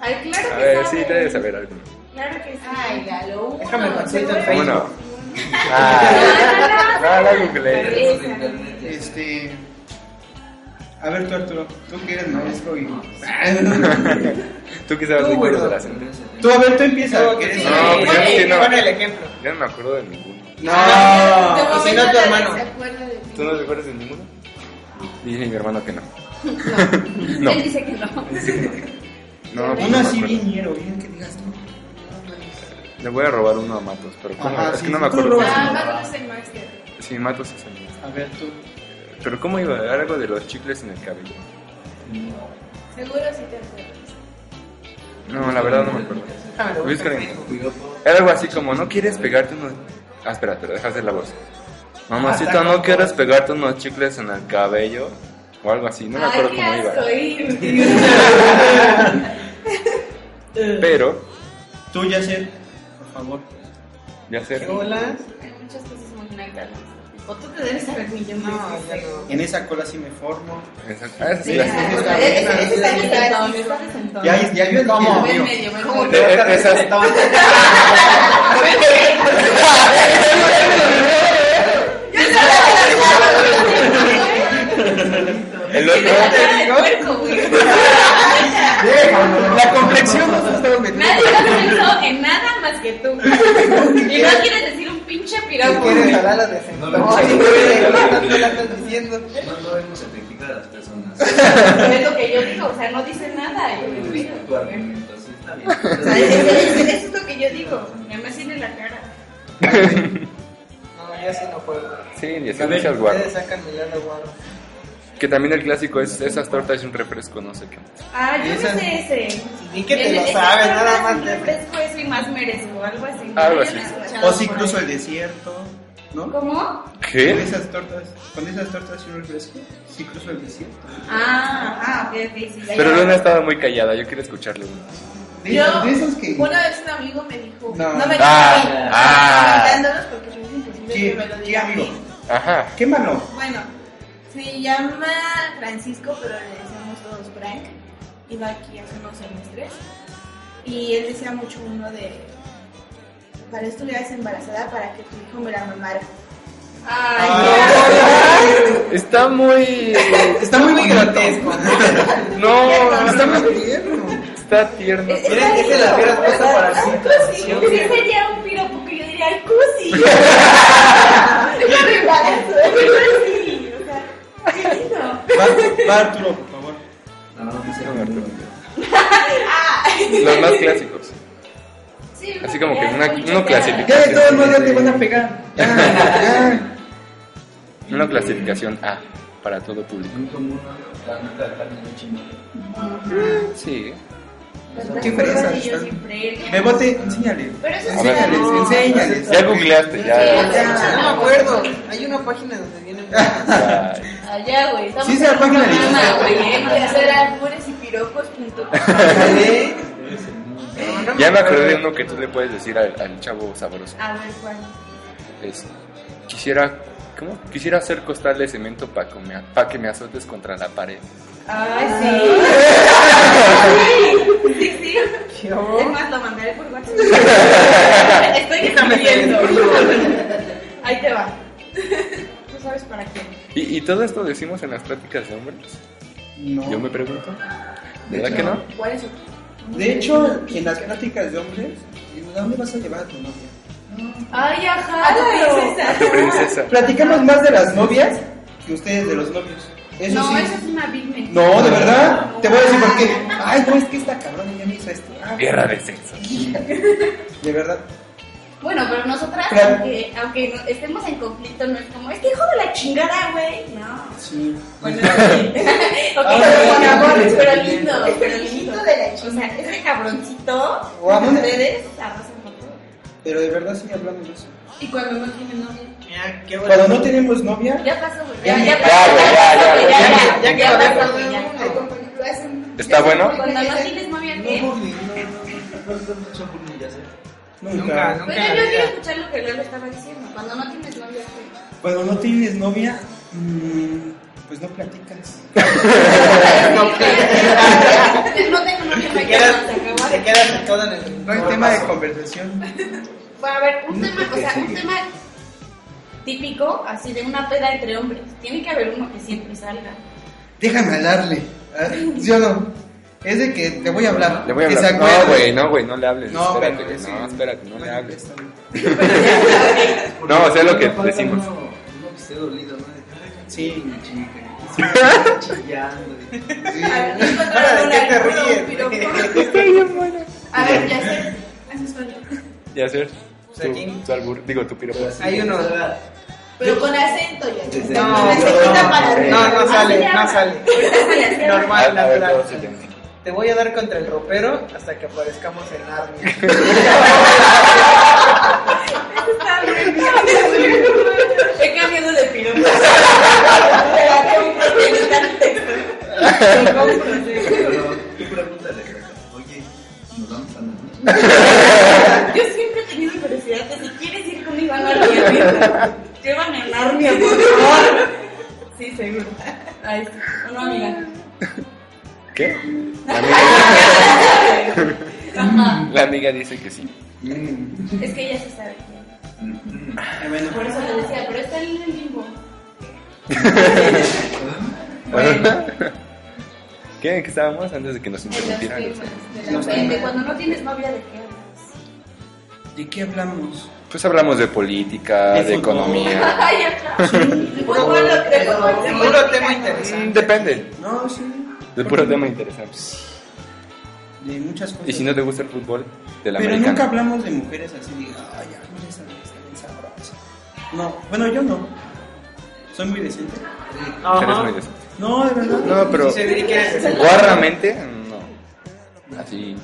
Speaker 4: Ay, claro que
Speaker 2: A ver, sí,
Speaker 4: sabe.
Speaker 2: debes saber alguno.
Speaker 4: Claro que sí.
Speaker 7: Ay, Lalo. uno,
Speaker 3: Déjame consulto en
Speaker 7: seguro.
Speaker 2: ¿Cómo no?
Speaker 3: Facebook.
Speaker 2: Ah, no, no, no, Google.
Speaker 6: Por internet, ya.
Speaker 5: Este. A ver, tú, Arturo, tú que eres maestro y.
Speaker 2: Tú que sabes
Speaker 5: Tú,
Speaker 2: muy
Speaker 5: güey,
Speaker 2: culos de
Speaker 5: no.
Speaker 2: la gente.
Speaker 5: Tú, a ver, tú empieza.
Speaker 3: No,
Speaker 5: que
Speaker 3: que
Speaker 5: eres-
Speaker 3: sí.
Speaker 2: No, pues yo
Speaker 3: Pon-
Speaker 2: sí no.
Speaker 3: pon el ejemplo.
Speaker 2: Yo no me acuerdo de ninguno.
Speaker 5: No,
Speaker 7: Ah, de
Speaker 5: pues si
Speaker 7: momento
Speaker 5: no, tu
Speaker 7: nadie
Speaker 5: hermano.
Speaker 7: se acuerda de mí.
Speaker 2: ¿Tú no te acuerdas de ninguno? Dice mi hermano que no. No.
Speaker 4: Él dice que no.
Speaker 2: No, pues no
Speaker 5: Uno
Speaker 2: me
Speaker 5: así
Speaker 2: acuerdo.
Speaker 5: bien ñero, bien que digas tú.
Speaker 2: Le voy a robar uno a Matos, pero ¿cómo?
Speaker 5: Ajá,
Speaker 2: es
Speaker 5: sí,
Speaker 2: que no me
Speaker 5: tú
Speaker 2: acuerdo.
Speaker 5: robas.
Speaker 7: Ah, Mago es el máster.
Speaker 2: Sí, Matos es el
Speaker 5: A ver, tú.
Speaker 2: Pero ¿cómo iba? Algo de los chicles en el cabello.
Speaker 7: Seguro sí te acuerdas.
Speaker 2: No, la verdad no me acuerdo.
Speaker 3: Déjame lo busco en
Speaker 2: Búscale.
Speaker 3: Facebook.
Speaker 6: Piropo.
Speaker 2: Era algo así como, ¿no quieres pegarte unos...? Ah, espera, pero dejas de la voz.
Speaker 3: Ah,
Speaker 2: Mamacita,
Speaker 3: está
Speaker 2: ¿no
Speaker 3: como-
Speaker 2: quieres pegarte unos chicles en el cabello? O algo así, no me acuerdo
Speaker 4: Ay, qué
Speaker 2: cómo iba. (laughs)
Speaker 4: asco, íntimo.
Speaker 2: Pero,
Speaker 5: Tú, Yasser, por favor.
Speaker 2: ya sé,
Speaker 3: Hola.
Speaker 4: Hay muchas cosas muy nacas. O tú te debes saber mi yo
Speaker 3: No, ya no.
Speaker 5: En esa cola sí me formo.
Speaker 2: Exacto. Ah, sí,
Speaker 4: Sí,
Speaker 2: la-
Speaker 4: ya,
Speaker 5: sí,
Speaker 4: o
Speaker 5: está
Speaker 4: sea,
Speaker 5: bien.
Speaker 4: ese- ese está desentón, está desentón.
Speaker 5: Ya, ya vio el
Speaker 3: ¿Cómo?
Speaker 5: tío,
Speaker 4: Buen
Speaker 5: tío.
Speaker 4: medio, buen
Speaker 3: ¿Cómo
Speaker 4: medio.
Speaker 3: te
Speaker 5: (laughs)
Speaker 3: vas a
Speaker 2: Esas-
Speaker 3: reventar?
Speaker 2: El otro,
Speaker 4: La cara de puerco, güey.
Speaker 5: Déjalo, La complexión no se estaba metiendo.
Speaker 4: Nadie más pensó en nada más que tú. Y no quieres decir un pinche
Speaker 3: ¿Qué
Speaker 4: piropo.
Speaker 3: quieres
Speaker 4: güey.
Speaker 3: hablar a la defensa?
Speaker 6: No,
Speaker 3: No,
Speaker 6: no,
Speaker 3: sí,
Speaker 6: no, no,
Speaker 3: güey, ¿qué tanto la estás diciendo? chido.
Speaker 6: No, no vemos se critica a las personas.
Speaker 4: Es lo que yo digo, o sea, no dice nada. yo me río.
Speaker 6: Es tu argumento, sí, está bien.
Speaker 4: O sea, es- es- eso es lo que yo digo. Nada más tiene la cara.
Speaker 3: No, yo así no puedo.
Speaker 2: Sí, y así
Speaker 5: A ver,
Speaker 2: muchas guarras.
Speaker 3: Ustedes sacan mi lado guaro.
Speaker 2: Que también el clásico es esas tortas y un refresco, no sé qué.
Speaker 4: Ah,
Speaker 3: Y
Speaker 4: yo
Speaker 3: esa-
Speaker 4: no sé ese.
Speaker 3: Ni que te
Speaker 4: El-
Speaker 3: lo
Speaker 4: el-
Speaker 3: sabes,
Speaker 4: el-
Speaker 3: nada más
Speaker 4: el-
Speaker 3: te-
Speaker 4: el fresco eso y más merezco, algo así.
Speaker 2: Algo
Speaker 4: Yo
Speaker 2: así.
Speaker 4: lo he escuchado
Speaker 5: O si
Speaker 4: por
Speaker 5: incluso
Speaker 4: ahí.
Speaker 5: el desierto, ¿no? Con
Speaker 4: ¿Cómo?
Speaker 2: ¿Qué?
Speaker 5: esas tortas, con esas tortas y un refresco, sí cruzo el desierto.
Speaker 4: Ah, ah, ok, ok, sí, ya,
Speaker 2: Pero
Speaker 4: ya.
Speaker 2: Luna estaba muy callada, yo quiero escucharle una.
Speaker 5: De,
Speaker 7: Yo-
Speaker 5: de esas que...
Speaker 7: Una vez un amigo me dijo,
Speaker 5: No.
Speaker 7: no, me
Speaker 2: Ah,
Speaker 7: digas a mí,
Speaker 2: ah.
Speaker 7: comentándolos porque es imposible que me
Speaker 5: ¿Qué,
Speaker 7: lo
Speaker 5: qué
Speaker 7: diga a
Speaker 5: amigo?
Speaker 7: mí.
Speaker 2: Ajá.
Speaker 5: Quémalo.
Speaker 7: Bueno, se llama Francisco, pero le decíamos todos Frank. Iba aquí hace unos semestres. Y él decía mucho uno de, para estuvieras embarazada para que tu hijo me la mamara.
Speaker 4: Ay,
Speaker 2: (laughs) Está muy...
Speaker 5: Ah, Está muy grotesco.
Speaker 2: (laughs) No,
Speaker 5: Está
Speaker 2: está,
Speaker 5: muy tierno.
Speaker 2: está tierno.
Speaker 7: Es-
Speaker 3: Miren, ese la hubiera puesto para
Speaker 7: Ay,
Speaker 3: sí.
Speaker 7: Cusi.
Speaker 3: Yo
Speaker 4: Sí
Speaker 3: creo.
Speaker 4: sería un piropo que yo diría, ay,
Speaker 3: (laughs)
Speaker 4: cusi. Sí, o sea, qué lindo.
Speaker 5: Va, va, Arturo, por favor.
Speaker 6: No, no sé cómo lo
Speaker 2: Los más clásicos.
Speaker 4: Sí,
Speaker 2: Así como
Speaker 4: ya
Speaker 2: que una-
Speaker 4: es muy
Speaker 2: uno
Speaker 4: choteada.
Speaker 2: clasifica.
Speaker 5: Ya de todos modos ya te van a pegar. Ya, ya.
Speaker 2: Una clasificación A para todo público.
Speaker 6: Muy común, ¿no? la neta, la carne muy chingona.
Speaker 2: Sí.
Speaker 4: Las
Speaker 5: Qué
Speaker 4: personas
Speaker 5: fresas
Speaker 4: y yo
Speaker 5: están.
Speaker 4: siempre-
Speaker 5: Bebote, enséñale.
Speaker 4: Pero
Speaker 2: A
Speaker 4: eso sí
Speaker 2: ver.
Speaker 4: era-
Speaker 5: Enséñales, enséñales.
Speaker 2: Ya googleaste, ya.
Speaker 3: Ya, no me acuerdo. Hay una página donde vienen.
Speaker 2: (laughs) Ay,
Speaker 4: Allá, güey. estamos
Speaker 5: Sí, esa
Speaker 4: en un
Speaker 5: página de
Speaker 4: programa,
Speaker 5: Instagram.
Speaker 4: güey, ¿eh?
Speaker 7: Eso era albures y
Speaker 2: (laughs)
Speaker 7: piropos punto com.
Speaker 5: Ándale.
Speaker 2: Ya me acordé de uno que tú le puedes decir al, al chavo sabroso.
Speaker 4: A ver, ¿cuál?
Speaker 2: Es, quisiera... ¿Cómo? Quisiera hacer costal de cemento para que, me- pa' que me azotes contra la pared.
Speaker 4: Ay, sí. Sí, sí, sí. Es más, lo mandaré por
Speaker 5: (laughs)
Speaker 4: WhatsApp. Estoy escribiendo. Ahí te va. Tú sabes para quién.
Speaker 2: ¿Y, y todo esto decimos en las prácticas de hombres?
Speaker 5: No.
Speaker 2: Yo me pregunto.
Speaker 5: De
Speaker 2: ¿Verdad
Speaker 5: hecho,
Speaker 2: que no?
Speaker 7: ¿Cuál es otro?
Speaker 5: De hecho, en las pláticas de hombres, digo, ¿a dónde vas a llevar a tu novia?
Speaker 4: Ay, ajá.
Speaker 7: Ah, tu
Speaker 4: claro.
Speaker 7: princesa.
Speaker 2: Tu princesa.
Speaker 5: Platicamos más de las novias que ustedes de los novios. Eso
Speaker 4: No,
Speaker 5: sí.
Speaker 4: eso es una big mentira.
Speaker 5: No, de verdad. Te voy a decir por qué. Ay, no, es que esta cabrona ya me hizo esto. Ah,
Speaker 2: Guerra de sexo.
Speaker 5: hija. De verdad.
Speaker 4: Bueno, pero nosotras,
Speaker 5: Claro.
Speaker 4: aunque, aunque no- estemos en conflicto, no es como, es que hijo de la chingada, güey. No.
Speaker 5: Sí.
Speaker 4: (laughs) Bueno, sí. ok,
Speaker 5: Ah,
Speaker 4: pero con
Speaker 5: sí.
Speaker 4: amor, pero lindo, pero lindo.
Speaker 7: Hijito de la
Speaker 4: O sea, ese cabroncito,
Speaker 5: Guau.
Speaker 4: ustedes arrasan con todo.
Speaker 5: Pero de verdad sí hablamos de eso.
Speaker 4: Y cuando no tienen novio.
Speaker 3: Mira, qué
Speaker 5: Cuando no tenemos novia,
Speaker 4: Ya pasó, güey.
Speaker 5: Ya,
Speaker 4: ya
Speaker 5: ya,
Speaker 4: pasó,
Speaker 2: güey, ya,
Speaker 4: pasó,
Speaker 2: ya,
Speaker 4: güey,
Speaker 2: ya,
Speaker 4: ya,
Speaker 3: ya,
Speaker 4: ya,
Speaker 3: ya,
Speaker 4: ya
Speaker 3: ya,
Speaker 4: pasó, güey, ya.
Speaker 7: Ay, compañero, lo hacen.
Speaker 2: ¿Está bueno?
Speaker 4: Cuando no tienes novia, ¿qué?
Speaker 6: No, güey, no, no, no, no, son bullying, ya sé.
Speaker 5: nunca.
Speaker 3: Nunca,
Speaker 4: Bueno,
Speaker 3: en la
Speaker 4: yo quiero
Speaker 3: vida.
Speaker 4: escuchar lo que Lalo estaba diciendo. Cuando no tienes novia, ¿qué?
Speaker 5: Cuando no tienes novia, mm, pues no platicas.
Speaker 4: No tengo novia, me quedo,
Speaker 3: Te quedas,
Speaker 4: se acabó.
Speaker 3: te quedas sentado en el.
Speaker 5: No hay tema de conversación.
Speaker 4: Bueno, a ver, un
Speaker 5: No
Speaker 4: tema, o
Speaker 5: te
Speaker 4: sea, un
Speaker 5: sigue.
Speaker 4: tema típico, así de una peda entre hombres. Tiene que haber uno que siempre salga.
Speaker 5: Déjame hablarle. ¿ah? ¿Sí o no? Es de que te voy a hablar.
Speaker 2: Le voy a
Speaker 5: Que
Speaker 2: hablar.
Speaker 5: se
Speaker 2: No,
Speaker 5: acuerde.
Speaker 2: güey, no, güey, no le hables.
Speaker 5: No,
Speaker 2: espérate,
Speaker 5: pero
Speaker 2: güey,
Speaker 5: sí.
Speaker 2: no, espérate, no le hables.
Speaker 5: está bien.
Speaker 2: No, o sea, lo que
Speaker 6: Falta
Speaker 5: (laughs)
Speaker 2: decimos.
Speaker 6: Uno, uno que esté dolido, ¿no? De que, ay,
Speaker 5: Sí.
Speaker 6: me chinga, que está chillando.
Speaker 5: (laughs)
Speaker 7: Ahora,
Speaker 5: Ahora, ¿de qué te ríes?
Speaker 7: A ver, ya sé. Haces falta.
Speaker 2: Ya hacer
Speaker 5: Pues
Speaker 3: O sea,
Speaker 2: tu,
Speaker 3: ¿quién?
Speaker 2: tu albur, digo tu piropo.
Speaker 3: Hay uno. Este,
Speaker 7: Pero con acento ya.
Speaker 6: Desde-
Speaker 7: Con
Speaker 3: No,
Speaker 7: acento para
Speaker 6: no,
Speaker 3: no, no sale, no sale.
Speaker 4: Normal.
Speaker 2: A,
Speaker 3: Normal,
Speaker 2: a ver, todos se
Speaker 3: natural.
Speaker 2: tienen.
Speaker 3: Te voy a dar contra el ropero hasta que aparezcamos
Speaker 2: (laughs)
Speaker 3: en Narnia.
Speaker 4: He cambiado de piropo.
Speaker 6: Pero tú pregúntale, oye, ¿nos vamos a la noche?
Speaker 4: (laughs) Yo siempre he tenido curiosidad de si quieres ir conmigo a Narnia. amigo. Llévame a Narnia, por favor. Sí, seguro. Ay, sí. O no, amiga.
Speaker 2: ¿Qué? La amiga,
Speaker 4: Ajá.
Speaker 2: la amiga dice que sí.
Speaker 5: Mm.
Speaker 4: Es que ella se sabe.
Speaker 5: Ah, Bueno,
Speaker 4: Por eso le decía, pero está en el limbo.
Speaker 2: Bueno. ¿Qué? ¿En qué estábamos antes de que nos
Speaker 4: En los
Speaker 2: interrumpieran?
Speaker 4: temas de la
Speaker 5: Los
Speaker 4: mente.
Speaker 5: temas.
Speaker 4: Cuando no tienes novia, ¿de qué hablas? (laughs)
Speaker 5: ¿de qué hablamos?
Speaker 2: Pues hablamos de política, de
Speaker 5: De fútbol. (laughs)
Speaker 2: economía.
Speaker 4: Ay, ajá.
Speaker 7: Fútbol, creo, fútbol,
Speaker 2: mm, depende.
Speaker 5: No, sí.
Speaker 2: De puro tema interesante.
Speaker 5: De muchas cosas.
Speaker 2: Y si no te gusta el fútbol, del
Speaker 5: Pero
Speaker 2: americano.
Speaker 5: nunca hablamos de mujeres así, diga, ay, ya, mira esa vieja, está bien sabrosa. No, bueno, yo no. Soy muy decente.
Speaker 2: Eres
Speaker 3: Ajá.
Speaker 2: muy decente.
Speaker 5: No, de verdad.
Speaker 2: No, pero-
Speaker 5: Sí, sé que eres decente.
Speaker 2: Guarramente, no. Así.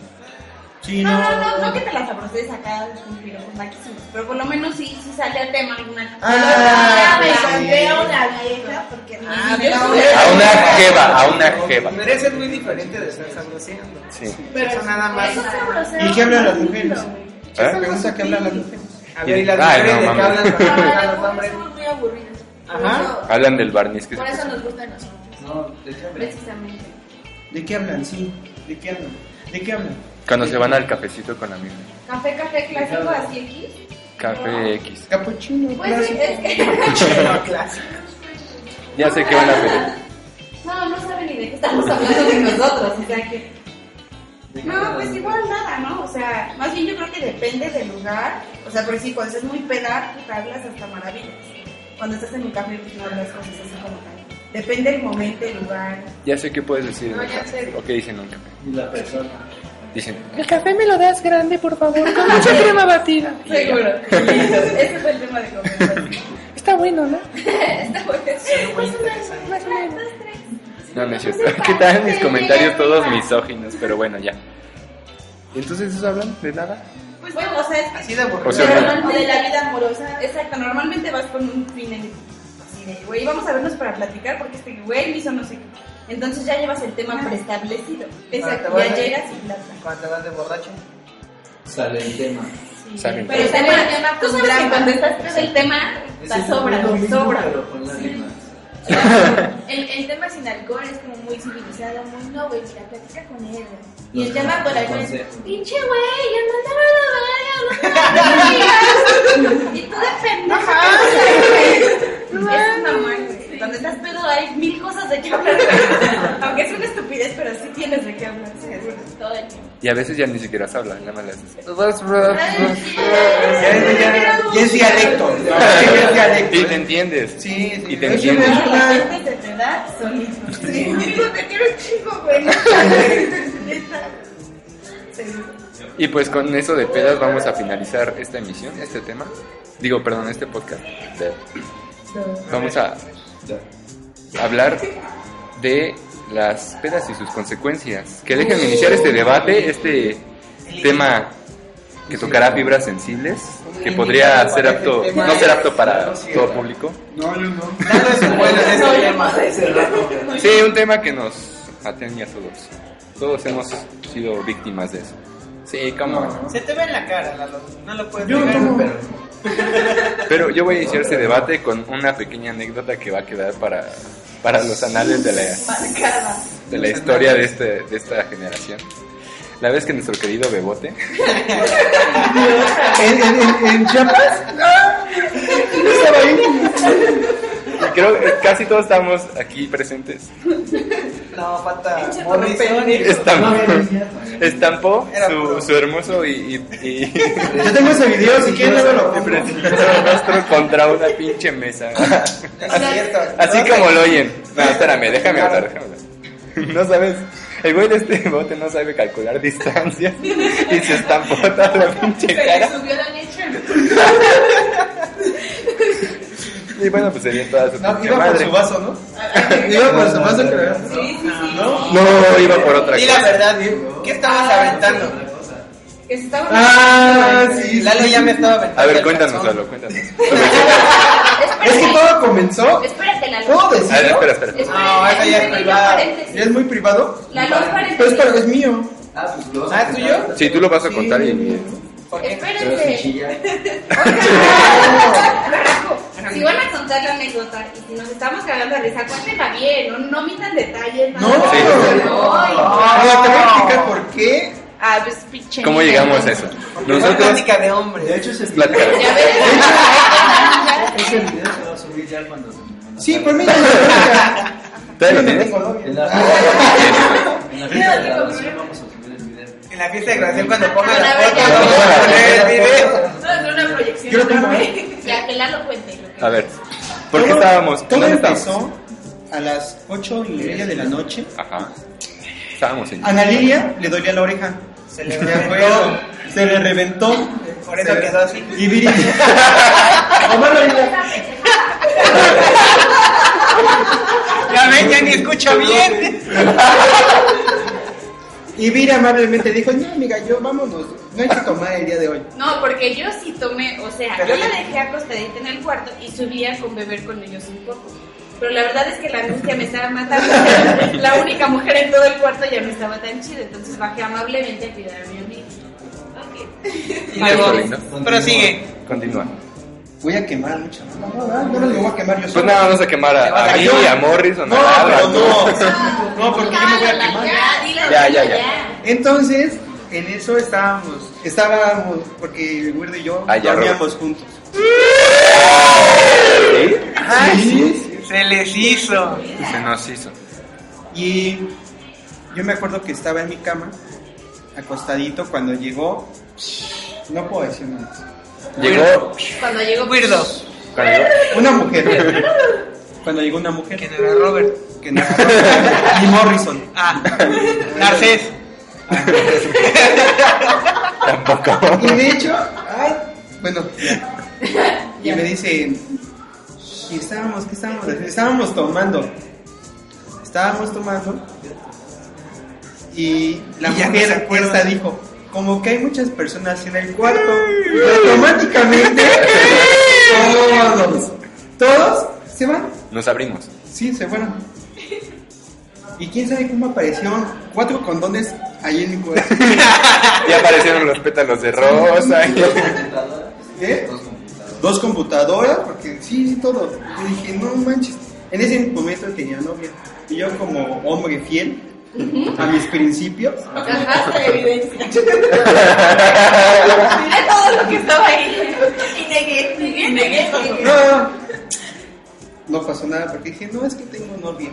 Speaker 5: Sí,
Speaker 4: No,
Speaker 5: no.
Speaker 4: no, no, no que te las aproces acá con piropos maquísimos, pero por lo menos sí, sí sale al tema alguna.
Speaker 5: Ah,
Speaker 7: me
Speaker 5: pues,
Speaker 7: cambié a
Speaker 5: sí.
Speaker 7: una vieja porque no
Speaker 3: Ah,
Speaker 7: yo
Speaker 3: no,
Speaker 7: soy-
Speaker 2: A una jeva, a una jeva.
Speaker 3: Merece es muy diferente de estar sabroseando.
Speaker 2: Sí.
Speaker 7: Pero
Speaker 3: eso nada más.
Speaker 7: eso es grosero.
Speaker 5: ¿Y qué hablan las mujeres?
Speaker 2: ¿Eh?
Speaker 5: Pregunta qué hablan las mujeres.
Speaker 3: A ver, y las
Speaker 2: Ay,
Speaker 3: mujeres
Speaker 2: no,
Speaker 3: de qué
Speaker 2: mami.
Speaker 3: hablan (laughs)
Speaker 7: No,
Speaker 3: cuando
Speaker 7: las (laughs)
Speaker 3: hablan los
Speaker 7: mujeres
Speaker 3: hombres.
Speaker 7: somos muy aburridas.
Speaker 3: Ajá.
Speaker 7: Por eso,
Speaker 2: Hablan del barniz que se
Speaker 7: por eso
Speaker 2: puso.
Speaker 7: nos gustan los hombres.
Speaker 6: No, de hecho,
Speaker 7: Precisamente.
Speaker 5: ¿De qué hablan? Sí, ¿de qué hablan? ¿De qué hablan?
Speaker 2: Cuando se van al cafecito con la amiga.
Speaker 4: Café, café clásico, así X.
Speaker 2: Café X.
Speaker 5: Capuchino,
Speaker 4: Pues sí,
Speaker 5: clásico.
Speaker 4: es que. (laughs)
Speaker 3: (laughs) Pero clásico.
Speaker 2: Ya sé que van a pedir.
Speaker 4: No, no saben ni de qué estamos hablando de nosotros, o sea que.
Speaker 6: ¿de qué
Speaker 4: No,
Speaker 6: hablan?
Speaker 4: pues igual nada, ¿no? O sea, más bien yo creo que depende del lugar. O sea, por si cuando estás muy pedar, te hablas hasta maravillas. Cuando estás en un café, pues no hablas cosas así como tal. Depende del momento, el lugar.
Speaker 2: Ya sé qué puedes decir. en
Speaker 4: No,
Speaker 2: el
Speaker 4: ya
Speaker 2: café.
Speaker 4: sé.
Speaker 2: ¿O qué dicen en un café?
Speaker 6: Y la persona.
Speaker 2: Dicen,
Speaker 8: El café me lo das grande, por favor, con mucha crema batida.
Speaker 4: Seguro. (laughs) Ese fue el tema de conversación.
Speaker 8: Está bueno, ¿no?
Speaker 4: (laughs) Está bueno. Pues una-
Speaker 8: Más o menos.
Speaker 2: no, no es cierto. ¿Qué tal mis comentarios todos misóginos? Pero bueno, ya. ¿Y entonces eso hablan de nada?
Speaker 4: Pues bueno, o sea, es
Speaker 3: Así de aburrido.
Speaker 2: O sea,
Speaker 4: Pero
Speaker 2: no.
Speaker 4: normalmente de la vida amorosa, exacto, normalmente vas con un fin en así de, güey, vamos a vernos para platicar porque este güey me hizo no sé qué. Entonces ya llevas el tema preestablecido. Exacto,
Speaker 3: te
Speaker 4: ya
Speaker 3: vas-
Speaker 4: llegas y platicas.
Speaker 3: Cuando te vas de borracho.
Speaker 6: Sale el tema.
Speaker 2: Saben.
Speaker 4: Pero el tema, tú sabes que cuando estás tras el tema,
Speaker 6: Ese
Speaker 4: está
Speaker 6: es
Speaker 4: sobra,
Speaker 6: lo mismo,
Speaker 4: sobra.
Speaker 6: Pero con lágrimas.
Speaker 7: El, el tema sin alcohol es como muy civilizado, muy no, güey, mira, platica con él. Y el
Speaker 6: Los
Speaker 7: tema con alcohol es,
Speaker 6: consejos.
Speaker 7: pinche güey, ya mandaba la verga, no te digas". Y tú de pendeja.
Speaker 4: Es una muerte. Cuando estás pedo hay mil cosas de qué hablar.
Speaker 7: (laughs)
Speaker 4: Aunque es una estupidez, pero sí tienes de qué hablar. seguro.
Speaker 7: Todo el
Speaker 5: (laughs)
Speaker 7: tiempo.
Speaker 2: Y a veces ya ni siquiera se hablan, nada más las dicen.
Speaker 5: Ya, es- ya- ya es dialecto. No, sí, ya es dialecto.
Speaker 2: Y te entiendes.
Speaker 5: Sí, sí.
Speaker 2: Y te
Speaker 5: Eso
Speaker 2: entiendes.
Speaker 5: es
Speaker 4: La
Speaker 5: una-
Speaker 4: gente de tu edad son mismos. Sí, digo, te quiero un chingo, güey. Neta. Seguro.
Speaker 2: Y pues con eso de pedas vamos a finalizar esta emisión, este tema. Digo, perdón, este podcast. Vamos a hablar de las pedas y sus consecuencias. Que dejen iniciar este debate, este tema que tocará fibras sensibles, que podría ser apto, no ser apto para todo público.
Speaker 5: No, no, no.
Speaker 3: Dando ese vuelo en ese tema.
Speaker 2: Sí, un tema que nos atañe a todos. Todos hemos sido víctimas de eso. Sí, cómo.
Speaker 3: Se te ve en la cara, Lalo. No lo puedes
Speaker 5: Yo
Speaker 3: negar.
Speaker 5: tomo-
Speaker 3: pero-
Speaker 2: Pero yo voy a iniciar este debate con una pequeña anécdota que va a quedar para, para los anales de la,
Speaker 4: Marcada.
Speaker 2: de la historia de, este, de esta generación. La vez que nuestro querido Bebote,
Speaker 5: ¿En, en, en, en Chiapas? No, no estaba ahí.
Speaker 2: y creo que casi todos estamos aquí presentes,
Speaker 3: No, falta
Speaker 4: Pinche
Speaker 3: Morrison y-
Speaker 2: estampó, (laughs) estampó
Speaker 3: Era
Speaker 2: su,
Speaker 3: puro.
Speaker 2: su hermoso y, y- y
Speaker 5: Yo tengo ese video, si quieren luego lo compro.
Speaker 2: nuestro rostro contra una pinche mesa.
Speaker 3: Es cierto.
Speaker 2: Así como lo oyen. No, espérame, déjame hablar, déjame hablar. No sabes, el güey de este bote no sabe calcular distancias y se estampó toda la pinche
Speaker 4: Se le
Speaker 2: cara.
Speaker 4: subió la leche.
Speaker 2: Y bueno, pues sería toda su
Speaker 5: No,
Speaker 2: pinche
Speaker 5: iba por
Speaker 2: madre.
Speaker 5: su vaso, ¿no? Iba
Speaker 9: pues,
Speaker 5: por su vaso, creo.
Speaker 4: Sí, sí, sí.
Speaker 2: No, iba por otra
Speaker 3: Di la
Speaker 2: cosa.
Speaker 3: verdad, Diego. ¿Qué estabas aventando?
Speaker 4: Que se estaba.
Speaker 5: Ah, sí.
Speaker 3: Lalo ya me estaba aventando.
Speaker 2: A ver,
Speaker 3: el
Speaker 2: cuéntanos,
Speaker 3: calzón.
Speaker 2: Lalo, cuéntanos.
Speaker 5: Es que todo Ah, comenzó.
Speaker 4: Espérate, la
Speaker 5: ¿Puedo
Speaker 2: A ver,
Speaker 5: decirlo?
Speaker 2: espera, espera.
Speaker 3: No, esa ya es privada.
Speaker 5: ¿Ya es muy privado?
Speaker 4: La luz
Speaker 5: Pero es, para, es
Speaker 4: parece.
Speaker 5: mío.
Speaker 6: Ah, pues los.
Speaker 3: Ah, ¿tuyo?
Speaker 2: Sí, tú lo vas a contar
Speaker 5: Sí.
Speaker 2: y...
Speaker 3: ¿Por qué?
Speaker 6: Pero
Speaker 7: (laughs)
Speaker 6: sin
Speaker 4: Espérense.
Speaker 6: chillar.
Speaker 4: Si van a contar la anécdota y si nos estamos cagando de risa, cuéntenla bien, no, no omitan detalles.
Speaker 5: No,
Speaker 4: nada.
Speaker 5: sí.
Speaker 4: Ay.
Speaker 5: No, te voy a explicar por qué.
Speaker 4: Ah, pues pinche.
Speaker 2: ¿Cómo llegamos a eso?
Speaker 3: Una
Speaker 2: Nosotros...
Speaker 3: plática de
Speaker 6: De
Speaker 3: hombre.
Speaker 6: hecho, ese video.
Speaker 2: Plática.
Speaker 4: Ya ves.
Speaker 5: (laughs)
Speaker 6: Ese video se va a subir ya cuando se me
Speaker 5: Sí, por mí. no es plática.
Speaker 2: ¿Todavía lo
Speaker 5: Yo no
Speaker 2: tienes?
Speaker 5: tengo novia.
Speaker 6: En la fiesta, en la fiesta de graduación vamos a subir el video.
Speaker 3: En la fiesta de graduación cuando pongan la
Speaker 4: Bueno, a
Speaker 3: foto,
Speaker 4: ver,
Speaker 3: vamos a poner el video.
Speaker 4: No, es una
Speaker 5: Yo lo
Speaker 4: proyección.
Speaker 5: tengo.
Speaker 4: ¿no? Ya, que Lalo cuente. lo que-
Speaker 2: A ver, ¿por qué estábamos?
Speaker 5: Todo
Speaker 2: ¿Dónde
Speaker 5: empezó
Speaker 2: estábamos?
Speaker 5: a las ocho y media de la noche,
Speaker 2: Ajá. Estábamos en.
Speaker 5: Ana Lilia le dolía la oreja.
Speaker 3: Se le
Speaker 5: Se le
Speaker 3: fue.
Speaker 5: reventó, Se le reventó.
Speaker 3: Por eso
Speaker 5: Se-
Speaker 3: quedó así.
Speaker 5: Y Viri.
Speaker 2: (laughs)
Speaker 5: Omar lo dijo,
Speaker 3: Ya ven, ya ni escucho bien.
Speaker 5: Y Viri amablemente dijo, no, amiga, yo vámonos. No hay que tomar el día de hoy.
Speaker 4: No, porque yo sí tomé, o sea,
Speaker 3: Pero
Speaker 4: yo
Speaker 3: ya-
Speaker 4: la dejé acostadita en el cuarto y subía con beber con ellos un poco. Pero la verdad es que la angustia me estaba matando. era la única mujer en todo el cuarto ya no estaba tan chida, entonces bajé amablemente a cuidar a mi amigo. Ok.
Speaker 3: Y luego,
Speaker 2: Lindo.
Speaker 3: prosigue.
Speaker 2: Continúa.
Speaker 5: Voy a quemar mucho. No, no, no, no los voy a quemar yo
Speaker 2: Pues nada, vamos a quemar
Speaker 3: Te vas
Speaker 2: a,
Speaker 3: a
Speaker 2: a mí,
Speaker 3: quemar.
Speaker 2: a Morrison,
Speaker 5: No,
Speaker 2: a Alba,
Speaker 5: pero
Speaker 2: a todos.
Speaker 5: no. No, porque yo me voy a quemar.
Speaker 4: Ya, dile,
Speaker 2: Ya,
Speaker 4: dile,
Speaker 2: ya, ya.
Speaker 5: Entonces, en eso estábamos. Estábamos, porque el güero y yo
Speaker 2: Ah, ya,
Speaker 5: dormíamos juntos.
Speaker 2: ¿Sí?
Speaker 3: Ajá, Se les hizo.
Speaker 2: Se nos hizo.
Speaker 5: Y yo me acuerdo que estaba en mi cama, acostadito, cuando llegó. No puedo decir nada.
Speaker 2: Llegó.
Speaker 4: Cuando llegó
Speaker 3: Weirdo.
Speaker 2: Cuando llegó-
Speaker 5: Una mujer. Cuando llegó una mujer.
Speaker 3: Que no era Robert.
Speaker 5: Que no
Speaker 3: (laughs)
Speaker 5: era- Ni Morrison.
Speaker 3: Ah, Garcés.
Speaker 5: Y de hecho, ay, bueno, ya. y me dice, ¿qué estábamos? ¿Qué estábamos? haciendo? Estábamos tomando. Estábamos tomando. Y la
Speaker 3: Y ya no se
Speaker 5: mujer
Speaker 3: acuerda.
Speaker 5: esta dijo, como que hay muchas personas en el cuarto,
Speaker 3: (laughs)
Speaker 5: automáticamente todos, todos se van.
Speaker 2: Nos abrimos.
Speaker 5: Sí, se fueron. Y quién sabe cómo aparecieron cuatro condones ahí en mi
Speaker 6: (laughs)
Speaker 5: cuarto.
Speaker 2: Y aparecieron los pétalos de rosa.
Speaker 5: ¿Eh?
Speaker 6: Dos computadoras.
Speaker 5: dos computadoras, porque sí, sí, todo. Yo dije, no manches. En ese momento tenía novia. Y yo como hombre fiel a mis
Speaker 3: (laughs)
Speaker 5: principios,
Speaker 4: Ajá, la evidencia. (laughs) Miré todo lo que estaba ahí. Y negué, negué, negué, negué.
Speaker 5: no, no, no. No pasó nada, porque dije, no, es que tengo novia.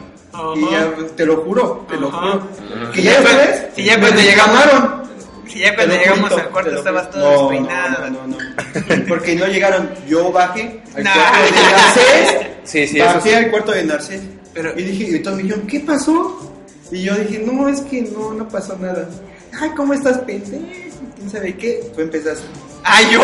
Speaker 5: Y
Speaker 3: Ajá.
Speaker 5: ya, pues, te lo juro, te lo
Speaker 3: Ajá.
Speaker 5: juro. Que ya
Speaker 3: Pues,
Speaker 5: después,
Speaker 3: que ya cuando
Speaker 5: me
Speaker 3: llegamos-
Speaker 5: llamaron.
Speaker 3: Si ya
Speaker 5: Te
Speaker 3: cuando
Speaker 5: lo
Speaker 3: llegamos
Speaker 5: juro,
Speaker 3: al
Speaker 5: te
Speaker 3: cuarto
Speaker 5: lo
Speaker 3: estabas
Speaker 5: juro.
Speaker 3: todo
Speaker 5: No,
Speaker 3: despeinado.
Speaker 5: No, no, no, no. Porque no llegaron. Yo bajé al
Speaker 3: Nah.
Speaker 5: cuarto de
Speaker 3: (laughs)
Speaker 5: Garcés.
Speaker 2: Sí, sí, eso
Speaker 5: Bajé
Speaker 2: sí.
Speaker 5: al cuarto de Narcés.
Speaker 3: Pero-
Speaker 5: y dije, y todos me dijeron, ¿qué pasó? Y yo dije, no, es que no, no pasó nada. Ay, ¿cómo estás, pendejo? ¿Quién sabe qué? Tú empezaste.
Speaker 3: ¡Ay, yo!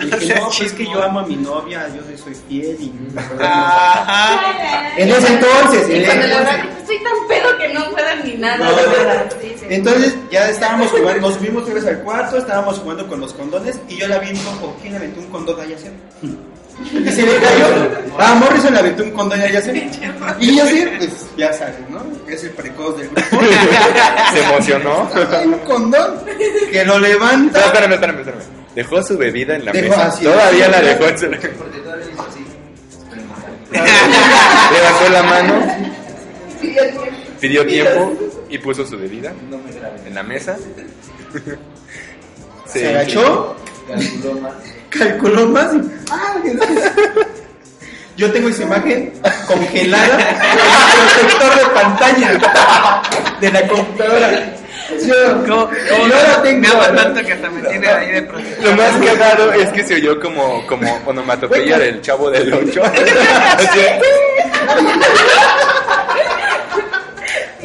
Speaker 5: Y dije,
Speaker 3: No
Speaker 5: no,
Speaker 3: seas
Speaker 5: pues es que
Speaker 3: chismoso.
Speaker 5: yo amo a mi novia, yo le soy fiel y...
Speaker 3: Ah. Ajá.
Speaker 5: En ese entonces,
Speaker 4: Y cuando
Speaker 5: en ese
Speaker 4: la
Speaker 5: entonces.
Speaker 4: verdad, estoy tan pedo que no puedan ni nada.
Speaker 5: No,
Speaker 4: la
Speaker 5: no,
Speaker 4: verdad.
Speaker 5: no.
Speaker 4: Sí, sí.
Speaker 5: Entonces ya estábamos jugando, nos subimos otra vez al cuarto, estábamos jugando con los condones y yo le aviento, ¿o quién le aventó un condón a Yacel? Y se le cayó. Ah, Morrison le aventó un condón a Yacel. Y Yacel, pues ya sabes, ¿no? Es el precoz del grupo. (laughs)
Speaker 2: Se emocionó.
Speaker 5: Hay un condón que lo
Speaker 2: No,
Speaker 5: levanta.
Speaker 2: espérame, espérame, espérame. Dejó su bebida en la
Speaker 5: Dejó
Speaker 2: mesa.
Speaker 5: así.
Speaker 2: Todavía la dejó en su...
Speaker 6: Porque todavía hizo así.
Speaker 2: Levantó la mano. Pidió tiempo y puso su bebida
Speaker 6: No me grabé.
Speaker 2: en la mesa.
Speaker 5: Se agachó,
Speaker 6: Calculó más.
Speaker 5: calculó más y. ¡Ah! Yo tengo esa imagen congelada en el protector de pantalla de la computadora. Yo,
Speaker 3: ¿Cómo, cómo
Speaker 5: yo la
Speaker 3: me
Speaker 5: tengo.
Speaker 3: ama tanto que hasta me tiene ahí de proceso.
Speaker 2: Lo más cagado es que se oyó como, como onomatopeya del chavo del
Speaker 5: (laughs)
Speaker 2: 8.
Speaker 3: (laughs)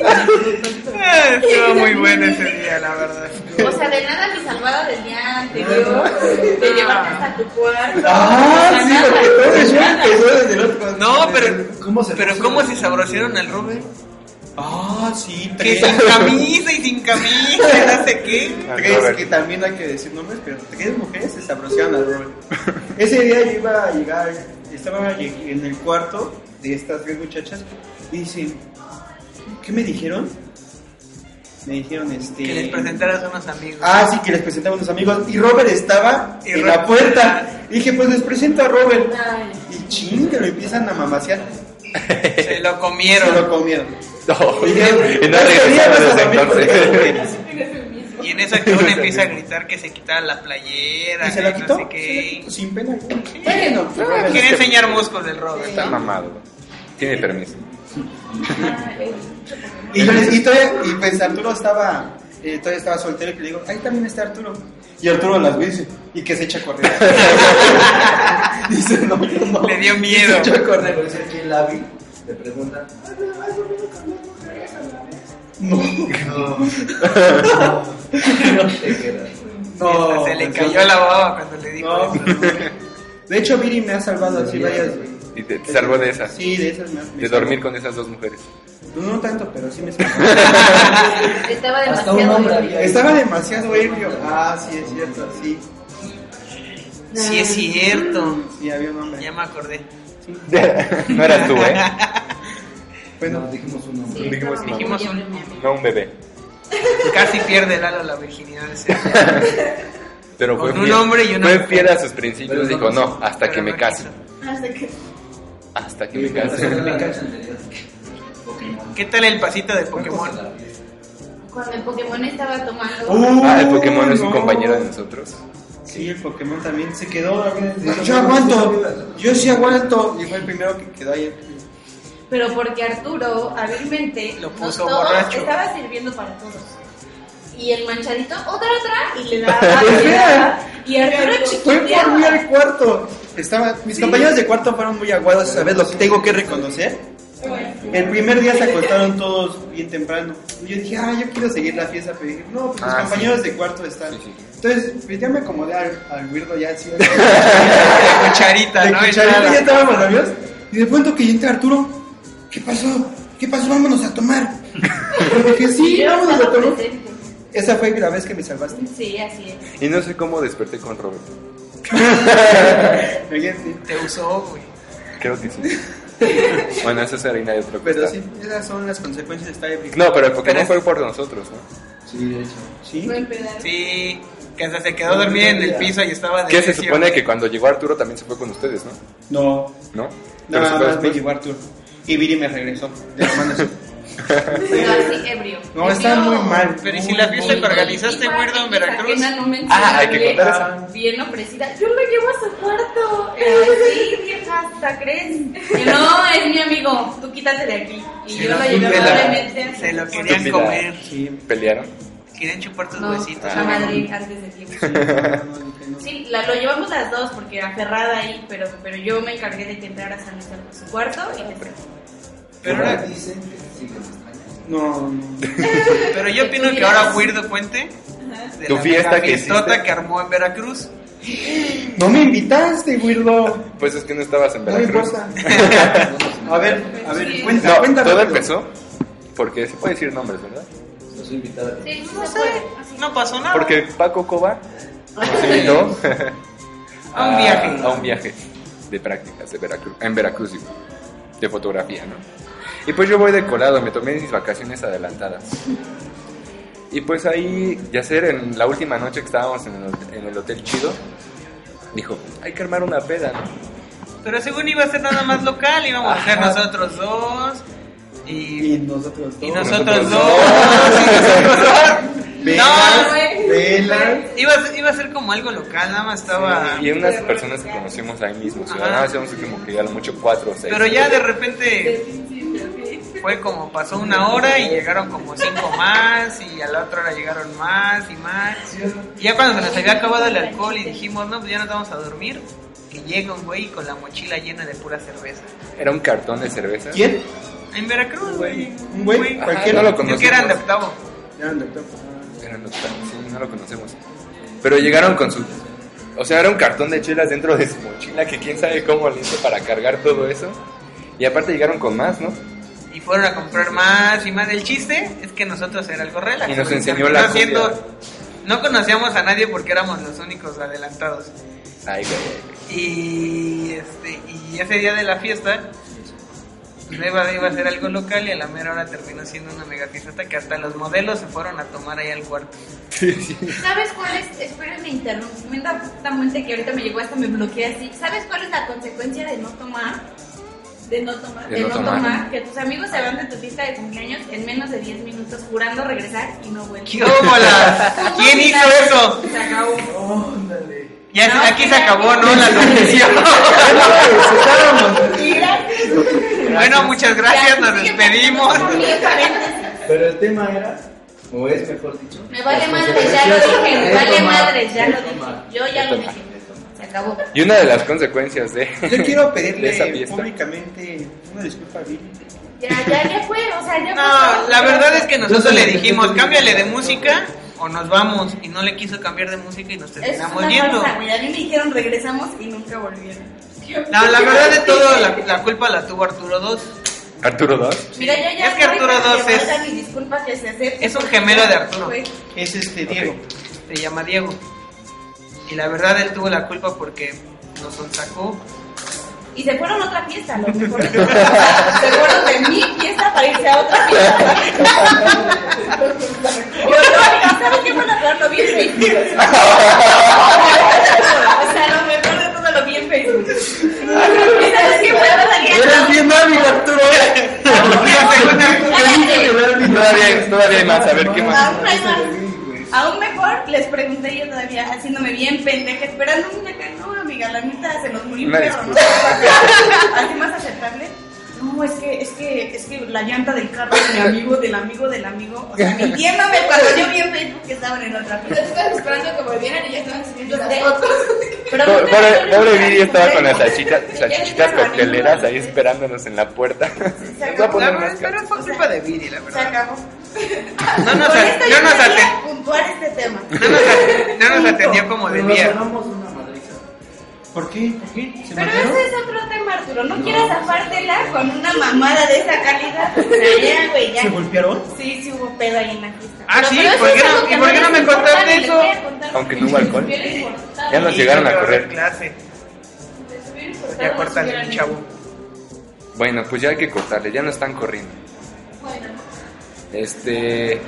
Speaker 3: Ah, Estuvo muy bueno ese día, la verdad.
Speaker 4: O sea, de nada mi salvada del día anterior, te llevaste hasta tu cuarto.
Speaker 5: Ah,
Speaker 4: O sea,
Speaker 5: sí,
Speaker 4: nada.
Speaker 5: porque todo eso empezó desde el otro.
Speaker 3: No, pero
Speaker 6: ¿Cómo se
Speaker 3: pero
Speaker 6: puso?
Speaker 3: cómo se sabrosieron al Robert.
Speaker 5: Ah, sí,
Speaker 3: Que
Speaker 5: tres.
Speaker 3: sin camisa y sin camisa, no sé qué.
Speaker 5: Tres, que también hay que decir nombres, pero tres mujeres se sabrosearon al Robert. (laughs) Ese día yo iba a llegar, estaba lleg- en el cuarto de estas tres muchachas y dicen, ¿qué me dijeron? Me dijeron este...
Speaker 3: Que les presentaras a unos amigos.
Speaker 5: Ah, sí, que les presentamos a unos amigos. Y Robert estaba
Speaker 3: Y
Speaker 5: en
Speaker 3: Robert-
Speaker 5: la puerta. Y dije, pues les presento a Robert.
Speaker 4: Ay,
Speaker 5: Y ching, que lo empiezan a mamasear.
Speaker 3: Se lo
Speaker 5: Se
Speaker 3: comieron.
Speaker 5: lo comieron.
Speaker 2: No, y
Speaker 5: Y
Speaker 2: no
Speaker 5: "No
Speaker 2: regresamos
Speaker 5: queríamos
Speaker 2: desde
Speaker 5: a los amigos".
Speaker 2: entonces.
Speaker 3: Y en eso que
Speaker 5: (laughs)
Speaker 3: uno empieza a gritar que se quitara la playera.
Speaker 5: Y se la
Speaker 3: que no
Speaker 5: quitó.
Speaker 3: sé
Speaker 5: se la
Speaker 3: qué.
Speaker 5: quitó sin pena. Bueno, pues,
Speaker 3: Ah,
Speaker 5: Robert,
Speaker 3: Quería enseñar músculos del Robert.
Speaker 2: Está mamado. Tiene permiso.
Speaker 4: ay,
Speaker 5: Y, yo les- y todavía, y pues Arturo estaba, eh, todavía estaba soltero y que le digo, ahí también está Arturo. Y Arturo las ve y dice, y que se echa a
Speaker 3: (laughs)
Speaker 5: correr. dice, no, yo no.
Speaker 3: Le dio
Speaker 5: Se
Speaker 3: miedo.
Speaker 5: echa a correr.
Speaker 6: Puede ser que la vi. te preguntan, "Ay, pero has dormido con dos mujeres a la vez".
Speaker 5: (laughs)
Speaker 3: (laughs)
Speaker 5: No.
Speaker 6: No. No te quedas.
Speaker 5: No,
Speaker 3: se le
Speaker 5: pues,
Speaker 3: cayó la baba cuando le dijo
Speaker 5: No,
Speaker 3: eso.
Speaker 5: pero- De hecho, Viri me ha salvado así
Speaker 6: Sí,
Speaker 5: varias
Speaker 6: sí.
Speaker 5: veces.
Speaker 2: Y te, te salvó de esas.
Speaker 5: Sí, de esas me me
Speaker 2: De
Speaker 5: salvó.
Speaker 2: dormir con esas dos mujeres.
Speaker 5: No, no tanto,
Speaker 2: (laughs)
Speaker 5: pero sí me salvó.
Speaker 10: Estaba
Speaker 6: Hasta un
Speaker 10: demasiado.
Speaker 6: hombre
Speaker 10: ebrio.
Speaker 6: había.
Speaker 5: Estaba demasiado ebrio. Ah, sí, es cierto, sí.
Speaker 3: Sí, es cierto.
Speaker 5: Sí, había un hombre.
Speaker 3: Ya me acordé.
Speaker 2: no eras tú, ¿eh?
Speaker 5: Bueno,
Speaker 6: No, dijimos un nombre.
Speaker 4: Sí,
Speaker 2: Dijimos
Speaker 4: estaba
Speaker 3: dijimos
Speaker 4: muy
Speaker 3: un-
Speaker 4: ebrio, mi amigo.
Speaker 2: No un bebé.
Speaker 3: Casi pierde Lalo la virginidad. ese día.
Speaker 2: Pero fue
Speaker 3: Con un
Speaker 2: fiel,
Speaker 3: hombre y una
Speaker 2: fue
Speaker 3: mujer.
Speaker 2: fiel a sus
Speaker 6: Pero
Speaker 2: principios. Dijo,
Speaker 6: no-
Speaker 2: (laughs) no, hasta que
Speaker 3: Pero
Speaker 2: me
Speaker 3: no
Speaker 2: case.
Speaker 3: quiso.
Speaker 7: Hasta que.
Speaker 2: Hasta que
Speaker 6: Y
Speaker 2: me
Speaker 6: me
Speaker 2: case.
Speaker 6: pasó la cachantería. Pokémon.
Speaker 3: ¿Qué tal el pasito de Pokémon?
Speaker 4: Cuando el Pokémon estaba tomando.
Speaker 5: Uh,
Speaker 2: Ah, el Pokémon es un
Speaker 5: no.
Speaker 2: compañero de nosotros.
Speaker 5: Sí, el Pokémon también se quedó. Yo aguanto, yo sí aguanto. Y fue el primero que quedó ahí.
Speaker 4: Pero porque Arturo hábilmente
Speaker 3: Lo
Speaker 4: nos
Speaker 3: puso
Speaker 4: todos
Speaker 3: borracho.
Speaker 4: estaba sirviendo para todos. Y el manchadito, otra, otra, y le
Speaker 5: (laughs)
Speaker 4: daba, y le daba. Y Arturo
Speaker 5: Fue por mí
Speaker 4: chiquiteaba.
Speaker 5: al cuarto. Estaba, mis compañeros de cuarto fueron muy aguados, ¿sabes? Lo que tengo que reconocer. El primer día se acostaron todos bien temprano. Y yo dije, ah, yo quiero seguir la fiesta, pero dije, no, pues mis
Speaker 2: Ah,
Speaker 5: compañeros de cuarto están.
Speaker 2: Sí, sí.
Speaker 5: Entonces, pues ya me acomodé al, al weirdo
Speaker 2: (laughs)
Speaker 5: ya así.
Speaker 3: De cucharita,
Speaker 5: De
Speaker 3: ¿no?
Speaker 5: cucharita,
Speaker 3: Nada.
Speaker 5: ya estábamos novios. Y de pronto que entra Arturo, ¿qué pasó? ¿Qué pasó? Vámonos a tomar. Yo dije,
Speaker 4: (laughs)
Speaker 5: sí,
Speaker 4: Yo
Speaker 5: vámonos a
Speaker 4: estaba
Speaker 5: tomar.
Speaker 4: presente.
Speaker 5: Esa fue la vez que me salvaste.
Speaker 4: Sí, así es.
Speaker 2: Y no sé cómo desperté con Robert.
Speaker 5: Fíjate.
Speaker 3: Te usó, güey.
Speaker 2: Creo
Speaker 3: (laughs)
Speaker 2: que sí. bueno, eso es harina de otro
Speaker 5: Pero
Speaker 2: costal.
Speaker 5: sí, esas son las consecuencias de estar ebrio.
Speaker 2: No, pero el Pokémon
Speaker 3: Pero es-
Speaker 2: fue por nosotros, ¿no?
Speaker 6: Sí, de hecho.
Speaker 5: ¿Sí?
Speaker 7: Fue el pedal.
Speaker 3: Sí, que hasta se quedó dormida en el piso y estaba de
Speaker 2: Que se
Speaker 3: necio.
Speaker 2: supone que cuando llegó Arturo también se fue con ustedes, ¿no?
Speaker 5: No,
Speaker 2: ¿No? Pero se fue
Speaker 5: nada
Speaker 3: pues,
Speaker 5: más me
Speaker 2: después.
Speaker 5: llevó Arturo. Y Viri me regresó. De la mano así.
Speaker 4: Pero así, ebrio.
Speaker 5: No, estaba muy mal.
Speaker 3: Pero ¿y si
Speaker 5: muy,
Speaker 3: la fiesta
Speaker 5: muy
Speaker 3: que
Speaker 5: mal.
Speaker 3: organizaste, Weirdo, en Veracruz?
Speaker 2: Ah, hay que contar
Speaker 5: esa.
Speaker 4: Bien ofrecida. Yo lo llevo a su cuarto. Así, vieja, hasta crees. Y No, es mi amigo. Tú quítate de aquí. Y
Speaker 3: Se
Speaker 4: yo
Speaker 3: lo-
Speaker 4: lo llevé
Speaker 3: se lo-
Speaker 4: probablemente a su
Speaker 3: Se lo
Speaker 4: cuarto.
Speaker 3: querían
Speaker 2: Sí,
Speaker 3: comer.
Speaker 5: Sí.
Speaker 2: ¿Pelearon?
Speaker 3: Querían chupar tus
Speaker 2: pues,
Speaker 4: No,
Speaker 3: huesitos.
Speaker 4: a Madrid antes de tiempo. Sí, la, lo llevamos las dos porque aferrada ahí, pero, pero yo me encargué de que entraras a nuestra- a su cuarto y te traje.
Speaker 3: Pero,
Speaker 6: Ahora
Speaker 3: ahora-
Speaker 6: dicen que sí les extraña.
Speaker 5: No, no.
Speaker 3: pero yo opino que ahora Weirdo cuente de
Speaker 2: Tu
Speaker 3: la
Speaker 2: fiesta
Speaker 3: mega
Speaker 2: que hiciste.
Speaker 3: fiestota que armó en Veracruz.
Speaker 5: No me invitaste, weirdo.
Speaker 2: Pues es que no estabas en
Speaker 5: No me
Speaker 2: Veracruz.
Speaker 5: importa. A ver, a ver,
Speaker 4: Sí.
Speaker 5: cuenta,
Speaker 2: No,
Speaker 5: cuenta
Speaker 2: todo
Speaker 5: rápido.
Speaker 2: empezó porque se puede decir nombres, ¿verdad?
Speaker 6: Los invitaron.
Speaker 4: Sí, no sé.
Speaker 3: No pasó nada.
Speaker 2: Porque Paco Coba nos invitó
Speaker 3: (laughs) A un viaje.
Speaker 2: ah, a un viaje de prácticas de Veracruz, en Veracruz, digo, de fotografía, ¿no? Y pues yo voy de colado, me tomé mis vacaciones adelantadas. Y pues ahí, Yacer, en la última noche que estábamos en el, hot- en el Hotel Chido, dijo, hay que armar una peda, ¿no?
Speaker 3: Pero según iba a ser nada más local, íbamos a ser
Speaker 5: Ajá.
Speaker 3: nosotros dos. Y,
Speaker 5: Y nosotros todos.
Speaker 3: y nosotros
Speaker 2: nosotros
Speaker 3: dos. (laughs) y nosotros
Speaker 5: Velas,
Speaker 3: dos.
Speaker 5: velas.
Speaker 3: No, iba a, ser- iba a ser como algo local, nada más estaba.
Speaker 2: Y unas personas que conocimos ahí mismo, o sea,
Speaker 3: Ajá.
Speaker 2: nada más íbamos como que a lo mucho cuatro o seis.
Speaker 3: Pero ya de repente fue como pasó una hora y llegaron como cinco más y a la otra hora llegaron más y más. Y ya cuando se nos había acabado el alcohol y dijimos, no, pues ya nos vamos a dormir, que llega un güey con la mochila llena de pura cerveza.
Speaker 2: Era un cartón de cerveza.
Speaker 5: ¿Quién?
Speaker 3: En Veracruz, güey.
Speaker 5: Un güey, cualquiera.
Speaker 2: no lo
Speaker 3: Yo que eran de octavo.
Speaker 5: Ya, doctor.
Speaker 2: Eran los tacos, sí, no lo conocemos. Pero llegaron con su... O sea, era un cartón de chelas dentro de su mochila que quién sabe cómo le hizo para cargar todo eso. Y aparte llegaron con más, ¿no?
Speaker 3: Y fueron a comprar más y más. El chiste es que nosotros era algo relax.
Speaker 2: Y nos
Speaker 3: porque
Speaker 2: enseñó
Speaker 3: terminó
Speaker 2: la cumbia.
Speaker 3: No conocíamos a nadie porque éramos los únicos adelantados.
Speaker 2: Ay, güey.
Speaker 3: Y, este, y ese día de la fiesta pues, iba, iba a ser algo local y a la mera hora terminó siendo una mega fiesta que hasta los modelos se fueron a tomar ahí al cuarto.
Speaker 4: ¿Sabes cuál es? Espérenme interrumpimiento justamente que ahorita me llegó hasta me bloqueé así. ¿Sabes cuál es la consecuencia de no tomar? De no tomar,
Speaker 2: De
Speaker 4: de
Speaker 2: no
Speaker 4: no,
Speaker 2: tomar.
Speaker 4: tomar. que tus amigos se van de tu fiesta de cumpleaños en menos de 10 minutos jurando regresar y no vuelven.
Speaker 3: ¡Qué óbola! ¿Quién hizo eso?
Speaker 4: Se acabó.
Speaker 6: Óndale.
Speaker 3: Ya
Speaker 4: No,
Speaker 3: aquí se
Speaker 4: mira.
Speaker 3: acabó, ¿no? La transmisión. bueno, muchas gracias, nos despedimos.
Speaker 6: Pero el tema era, o es mejor dicho.
Speaker 4: Me vale madre, ya lo dije, me vale madre, ya lo dije. Yo ya lo dije. Se acabó.
Speaker 2: Y una de las consecuencias de...
Speaker 5: Yo
Speaker 2: (laughs) de
Speaker 5: quiero
Speaker 2: esa
Speaker 5: pedirle
Speaker 2: fiesta.
Speaker 5: públicamente una disculpa a Billy.
Speaker 4: Ya, ya, ya fue, o sea, ya fue.
Speaker 3: No, la verdad es que nosotros
Speaker 6: Yo
Speaker 3: le
Speaker 6: sé,
Speaker 3: dijimos,
Speaker 6: yo sé.
Speaker 3: cámbiale de música o nos vamos. Y no le quiso cambiar de música y nos
Speaker 7: Es una
Speaker 3: terminamos yendo.
Speaker 7: farsa, güey. A mí me dijeron regresamos y nunca volvieron.
Speaker 3: No, la verdad de todo, la, la culpa la tuvo Arturo 2.
Speaker 2: Arturo 2.
Speaker 7: Mira, yo ya
Speaker 3: Es que Arturo
Speaker 7: ahorita
Speaker 3: dos
Speaker 7: le
Speaker 3: es-
Speaker 7: voy a dar mis disculpas que se acepte.
Speaker 3: es un gemelo de Arturo. Ah,
Speaker 7: Güey,
Speaker 5: Es este Diego.
Speaker 3: Se llama Diego. Y la verdad él tuvo la culpa porque nos sacó.
Speaker 7: Y se fueron a otra fiesta, lo mejor. es que- se fueron de mi fiesta para irse a otra fiesta. Yo no, ¿sabes qué van a hacer? Lo vi en Facebook. o sea, lo mejor de todo lo vi en Facebook. ¿Y sabes qué fue? Ahora salía-
Speaker 6: Eres bien hábil, Arturo.
Speaker 2: Todavía, todavía hay más, a ver qué más.
Speaker 7: Aún hay más. Aún mejor les pregunté yo todavía, haciéndome bien pendeja, esperando una que no, amiga, la neta se nos murió un
Speaker 2: Una
Speaker 7: perro, ¿no?
Speaker 2: disculpa.
Speaker 7: Así más aceptable. No, es que, es que, es que la llanta del carro de mi amigo, del amigo, del amigo. O sea, mintiéndome cuando yo vi en Facebook que estaban en otra
Speaker 4: Yo
Speaker 7: fiesta.
Speaker 4: estaba esperando que volvieran y ya estaban subiendo
Speaker 7: Las
Speaker 4: de
Speaker 7: fotos.
Speaker 4: Pero
Speaker 2: Pobre, pobre- pobre Viri estaba con las
Speaker 7: salchichas
Speaker 2: salchichas, salchichas cocteleras ahí esperándonos en la puerta. Voy a poner
Speaker 3: La
Speaker 2: más
Speaker 3: verdad,
Speaker 2: cara.
Speaker 3: pero fue culpa de Viri, la
Speaker 7: Se
Speaker 3: verdad.
Speaker 7: acabó.
Speaker 3: No nos,
Speaker 7: Con
Speaker 3: at-
Speaker 7: esto
Speaker 3: no
Speaker 7: yo
Speaker 3: nos
Speaker 7: quería
Speaker 3: aten-
Speaker 7: puntuar este tema.
Speaker 3: no nos at- no nos atendió como
Speaker 6: Pero nos
Speaker 3: debía.
Speaker 6: armamos una madriza.
Speaker 5: ¿Por qué? ¿Por qué? ¿Se
Speaker 4: Pero
Speaker 5: mataron?
Speaker 4: ese es otro tema, Arturo. No,
Speaker 7: No quieras zafártela con una mamada de esa calidad. O sea, ya, güey, ya.
Speaker 5: ¿Se golpearon?
Speaker 7: Sí, sí hubo pedo ahí en la fiesta.
Speaker 3: Ah,
Speaker 4: Pero-
Speaker 3: sí,
Speaker 4: pero eso
Speaker 3: ¿por qué
Speaker 4: es
Speaker 3: no-
Speaker 4: algo
Speaker 3: y
Speaker 4: que
Speaker 3: por qué
Speaker 4: les
Speaker 3: no me contaste
Speaker 4: importaba, les
Speaker 3: eso?
Speaker 4: voy a contar.
Speaker 2: Aunque no hubo alcohol.
Speaker 4: Les hubiera importado.
Speaker 2: Ya nos llegaron a
Speaker 3: Sí,
Speaker 2: correr.
Speaker 3: clase.
Speaker 4: Les hubiera importado,
Speaker 3: Ya
Speaker 4: les
Speaker 3: cortale,
Speaker 4: hubieran
Speaker 3: chavo.
Speaker 2: Bueno, pues ya hay que cortarle, ya no están corriendo.
Speaker 4: hecho. Bueno,
Speaker 2: Este.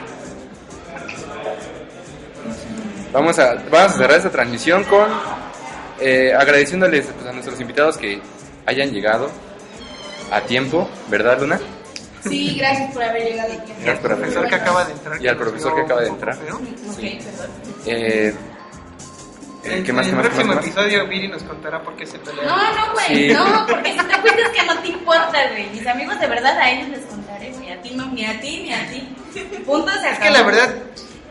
Speaker 2: Vamos a, vamos a cerrar esta transmisión con eh, agradeciéndoles pues, a nuestros invitados que hayan llegado a tiempo, ¿verdad, Luna?
Speaker 4: sí, gracias por haber llegado aquí.
Speaker 3: Y al
Speaker 2: Gracias por haber
Speaker 3: profesor que
Speaker 2: llegado.
Speaker 3: acaba de entrar.
Speaker 2: Y al
Speaker 3: nos
Speaker 2: profesor
Speaker 3: vio
Speaker 2: que acaba de
Speaker 3: un poco
Speaker 2: entrar.
Speaker 3: feo.
Speaker 4: Ok, perdón.
Speaker 2: Eh, eh, ¿Qué más? ¿Qué
Speaker 3: En el
Speaker 2: más? ¿Qué más?
Speaker 3: próximo
Speaker 2: qué más?
Speaker 3: episodio Viri nos contará por qué se peleó.
Speaker 4: No, no, güey,
Speaker 2: Sí.
Speaker 4: no, porque si te cuentas que no te importa, güey. Mis amigos, de verdad, a ellos les contaré, ni a ti, no, ni a ti, ni a ti. Punto, se acabó.
Speaker 3: Es que la verdad,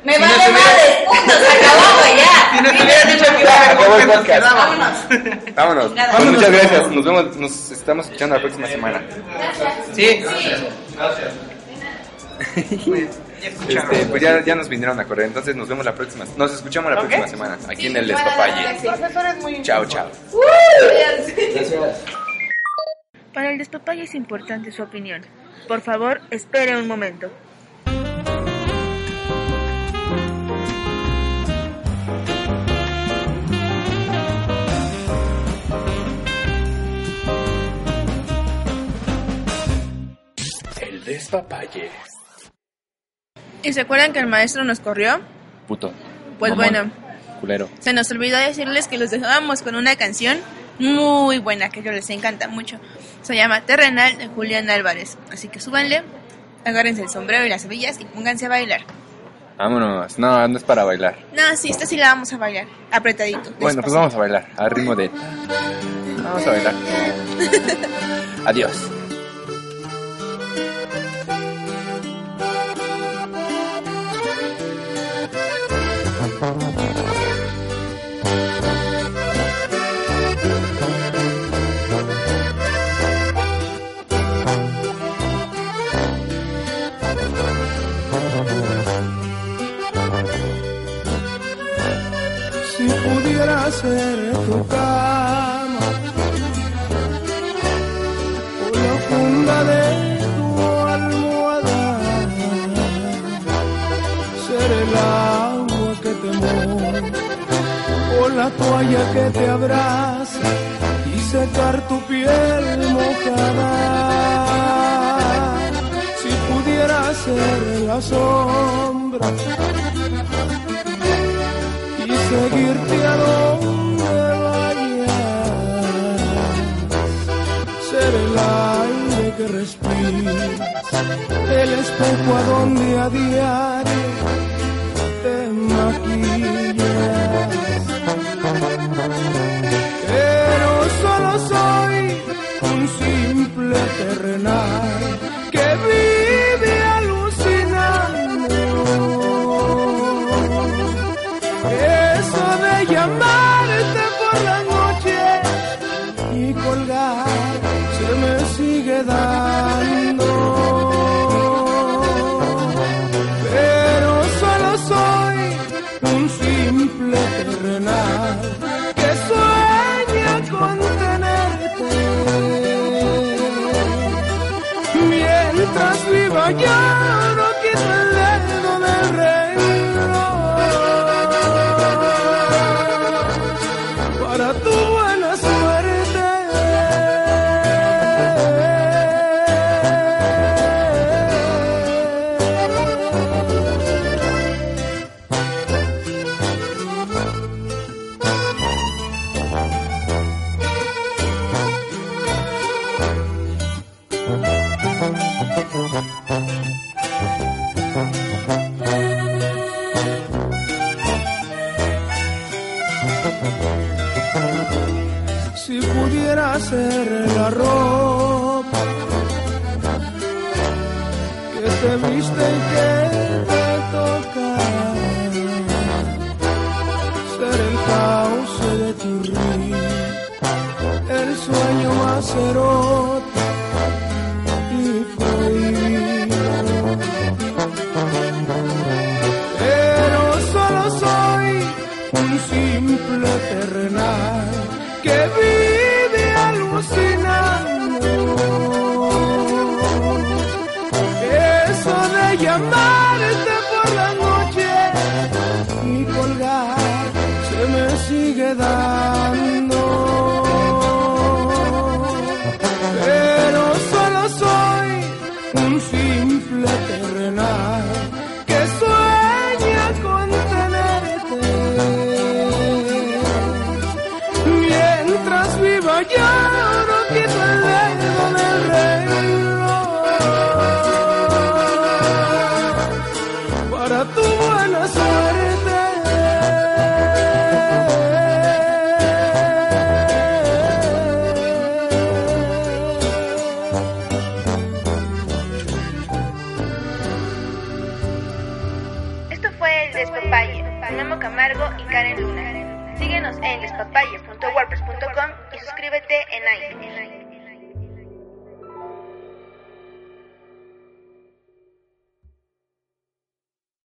Speaker 4: Me
Speaker 3: si
Speaker 4: vale
Speaker 3: no te hubiera-
Speaker 4: madres, punto, se acabó, güey, ya. Ah,
Speaker 3: si nos
Speaker 4: Fin de
Speaker 3: hubieran dicho que iba a
Speaker 2: Acabó el
Speaker 3: recoger, nos
Speaker 2: podcast.
Speaker 3: quedábamos.
Speaker 4: Vámonos.
Speaker 2: Vámonos.
Speaker 4: Nada.
Speaker 2: Pues muchas
Speaker 5: Vámonos.
Speaker 2: gracias. Nos vemos, nos estamos escuchando la próxima semana.
Speaker 4: Gracias.
Speaker 3: Sí.
Speaker 4: Sí.
Speaker 3: Bueno, ya escucharon.
Speaker 2: Este, pues ya, ya nos vinieron a correr, entonces nos vemos la próxima. Nos escuchamos la
Speaker 3: ¿Ok?
Speaker 2: próxima semana aquí en el
Speaker 4: Sí, para la
Speaker 2: Despapalle.
Speaker 4: próxima.
Speaker 3: profesor es muy
Speaker 2: Chao, chao.
Speaker 6: Gracias.
Speaker 10: Para el despapalle es importante su opinión. Por favor, espere un momento.
Speaker 1: El Despapalle.
Speaker 11: ¿Y se acuerdan que el maestro nos corrió?
Speaker 2: Puto.
Speaker 11: Pues
Speaker 2: Mamón.
Speaker 11: bueno,
Speaker 2: Culero.
Speaker 11: se nos olvidó decirles que los dejábamos con una canción muy buena que yo les encanta mucho. Se llama Terrenal de Julián Álvarez. Así que súbanle, agárrense el sombrero y las hebillas y pónganse a bailar.
Speaker 2: Vámonos. No, no es para bailar.
Speaker 11: No, sí, esta sí la vamos a bailar, apretadito.
Speaker 2: Bueno, pues
Speaker 11: despacito.
Speaker 2: vamos a bailar al ritmo de. Vamos a bailar. Adiós.
Speaker 9: si pudiera ser tu cama, o la funda de tu almohada, ser el agua que te moja, o la toalla que te abraza y secar tu piel mojada. Si pudiera ser la sombra y seguirte a donde vayas. Ser el aire que respiras, el espejo a donde a diario te maquillas. Pero solo soy un simple terrenal que vive alucinando. Eso de llamarte por la noche. pero yo no quito el dedo del reino para tu buena suerte. Si pudiera ser la ropa que te viste y que te toca, ser el cauce de tu río, el sueño más erótico y frío. Pero solo soy un simple terrenal que vive alucinando. Eso de llamarte por la noche y colgar se me sigue dando. Pero solo soy un simple terrenal que sueña con tenerte. Mientras viva yo no quito el dedo del reloj para tu buena suerte.
Speaker 10: Esto fue El Despapalle, con Amo Camargo y Karen Luna. Síguenos en despapalle.wordpress.com y suscríbete en iTunes.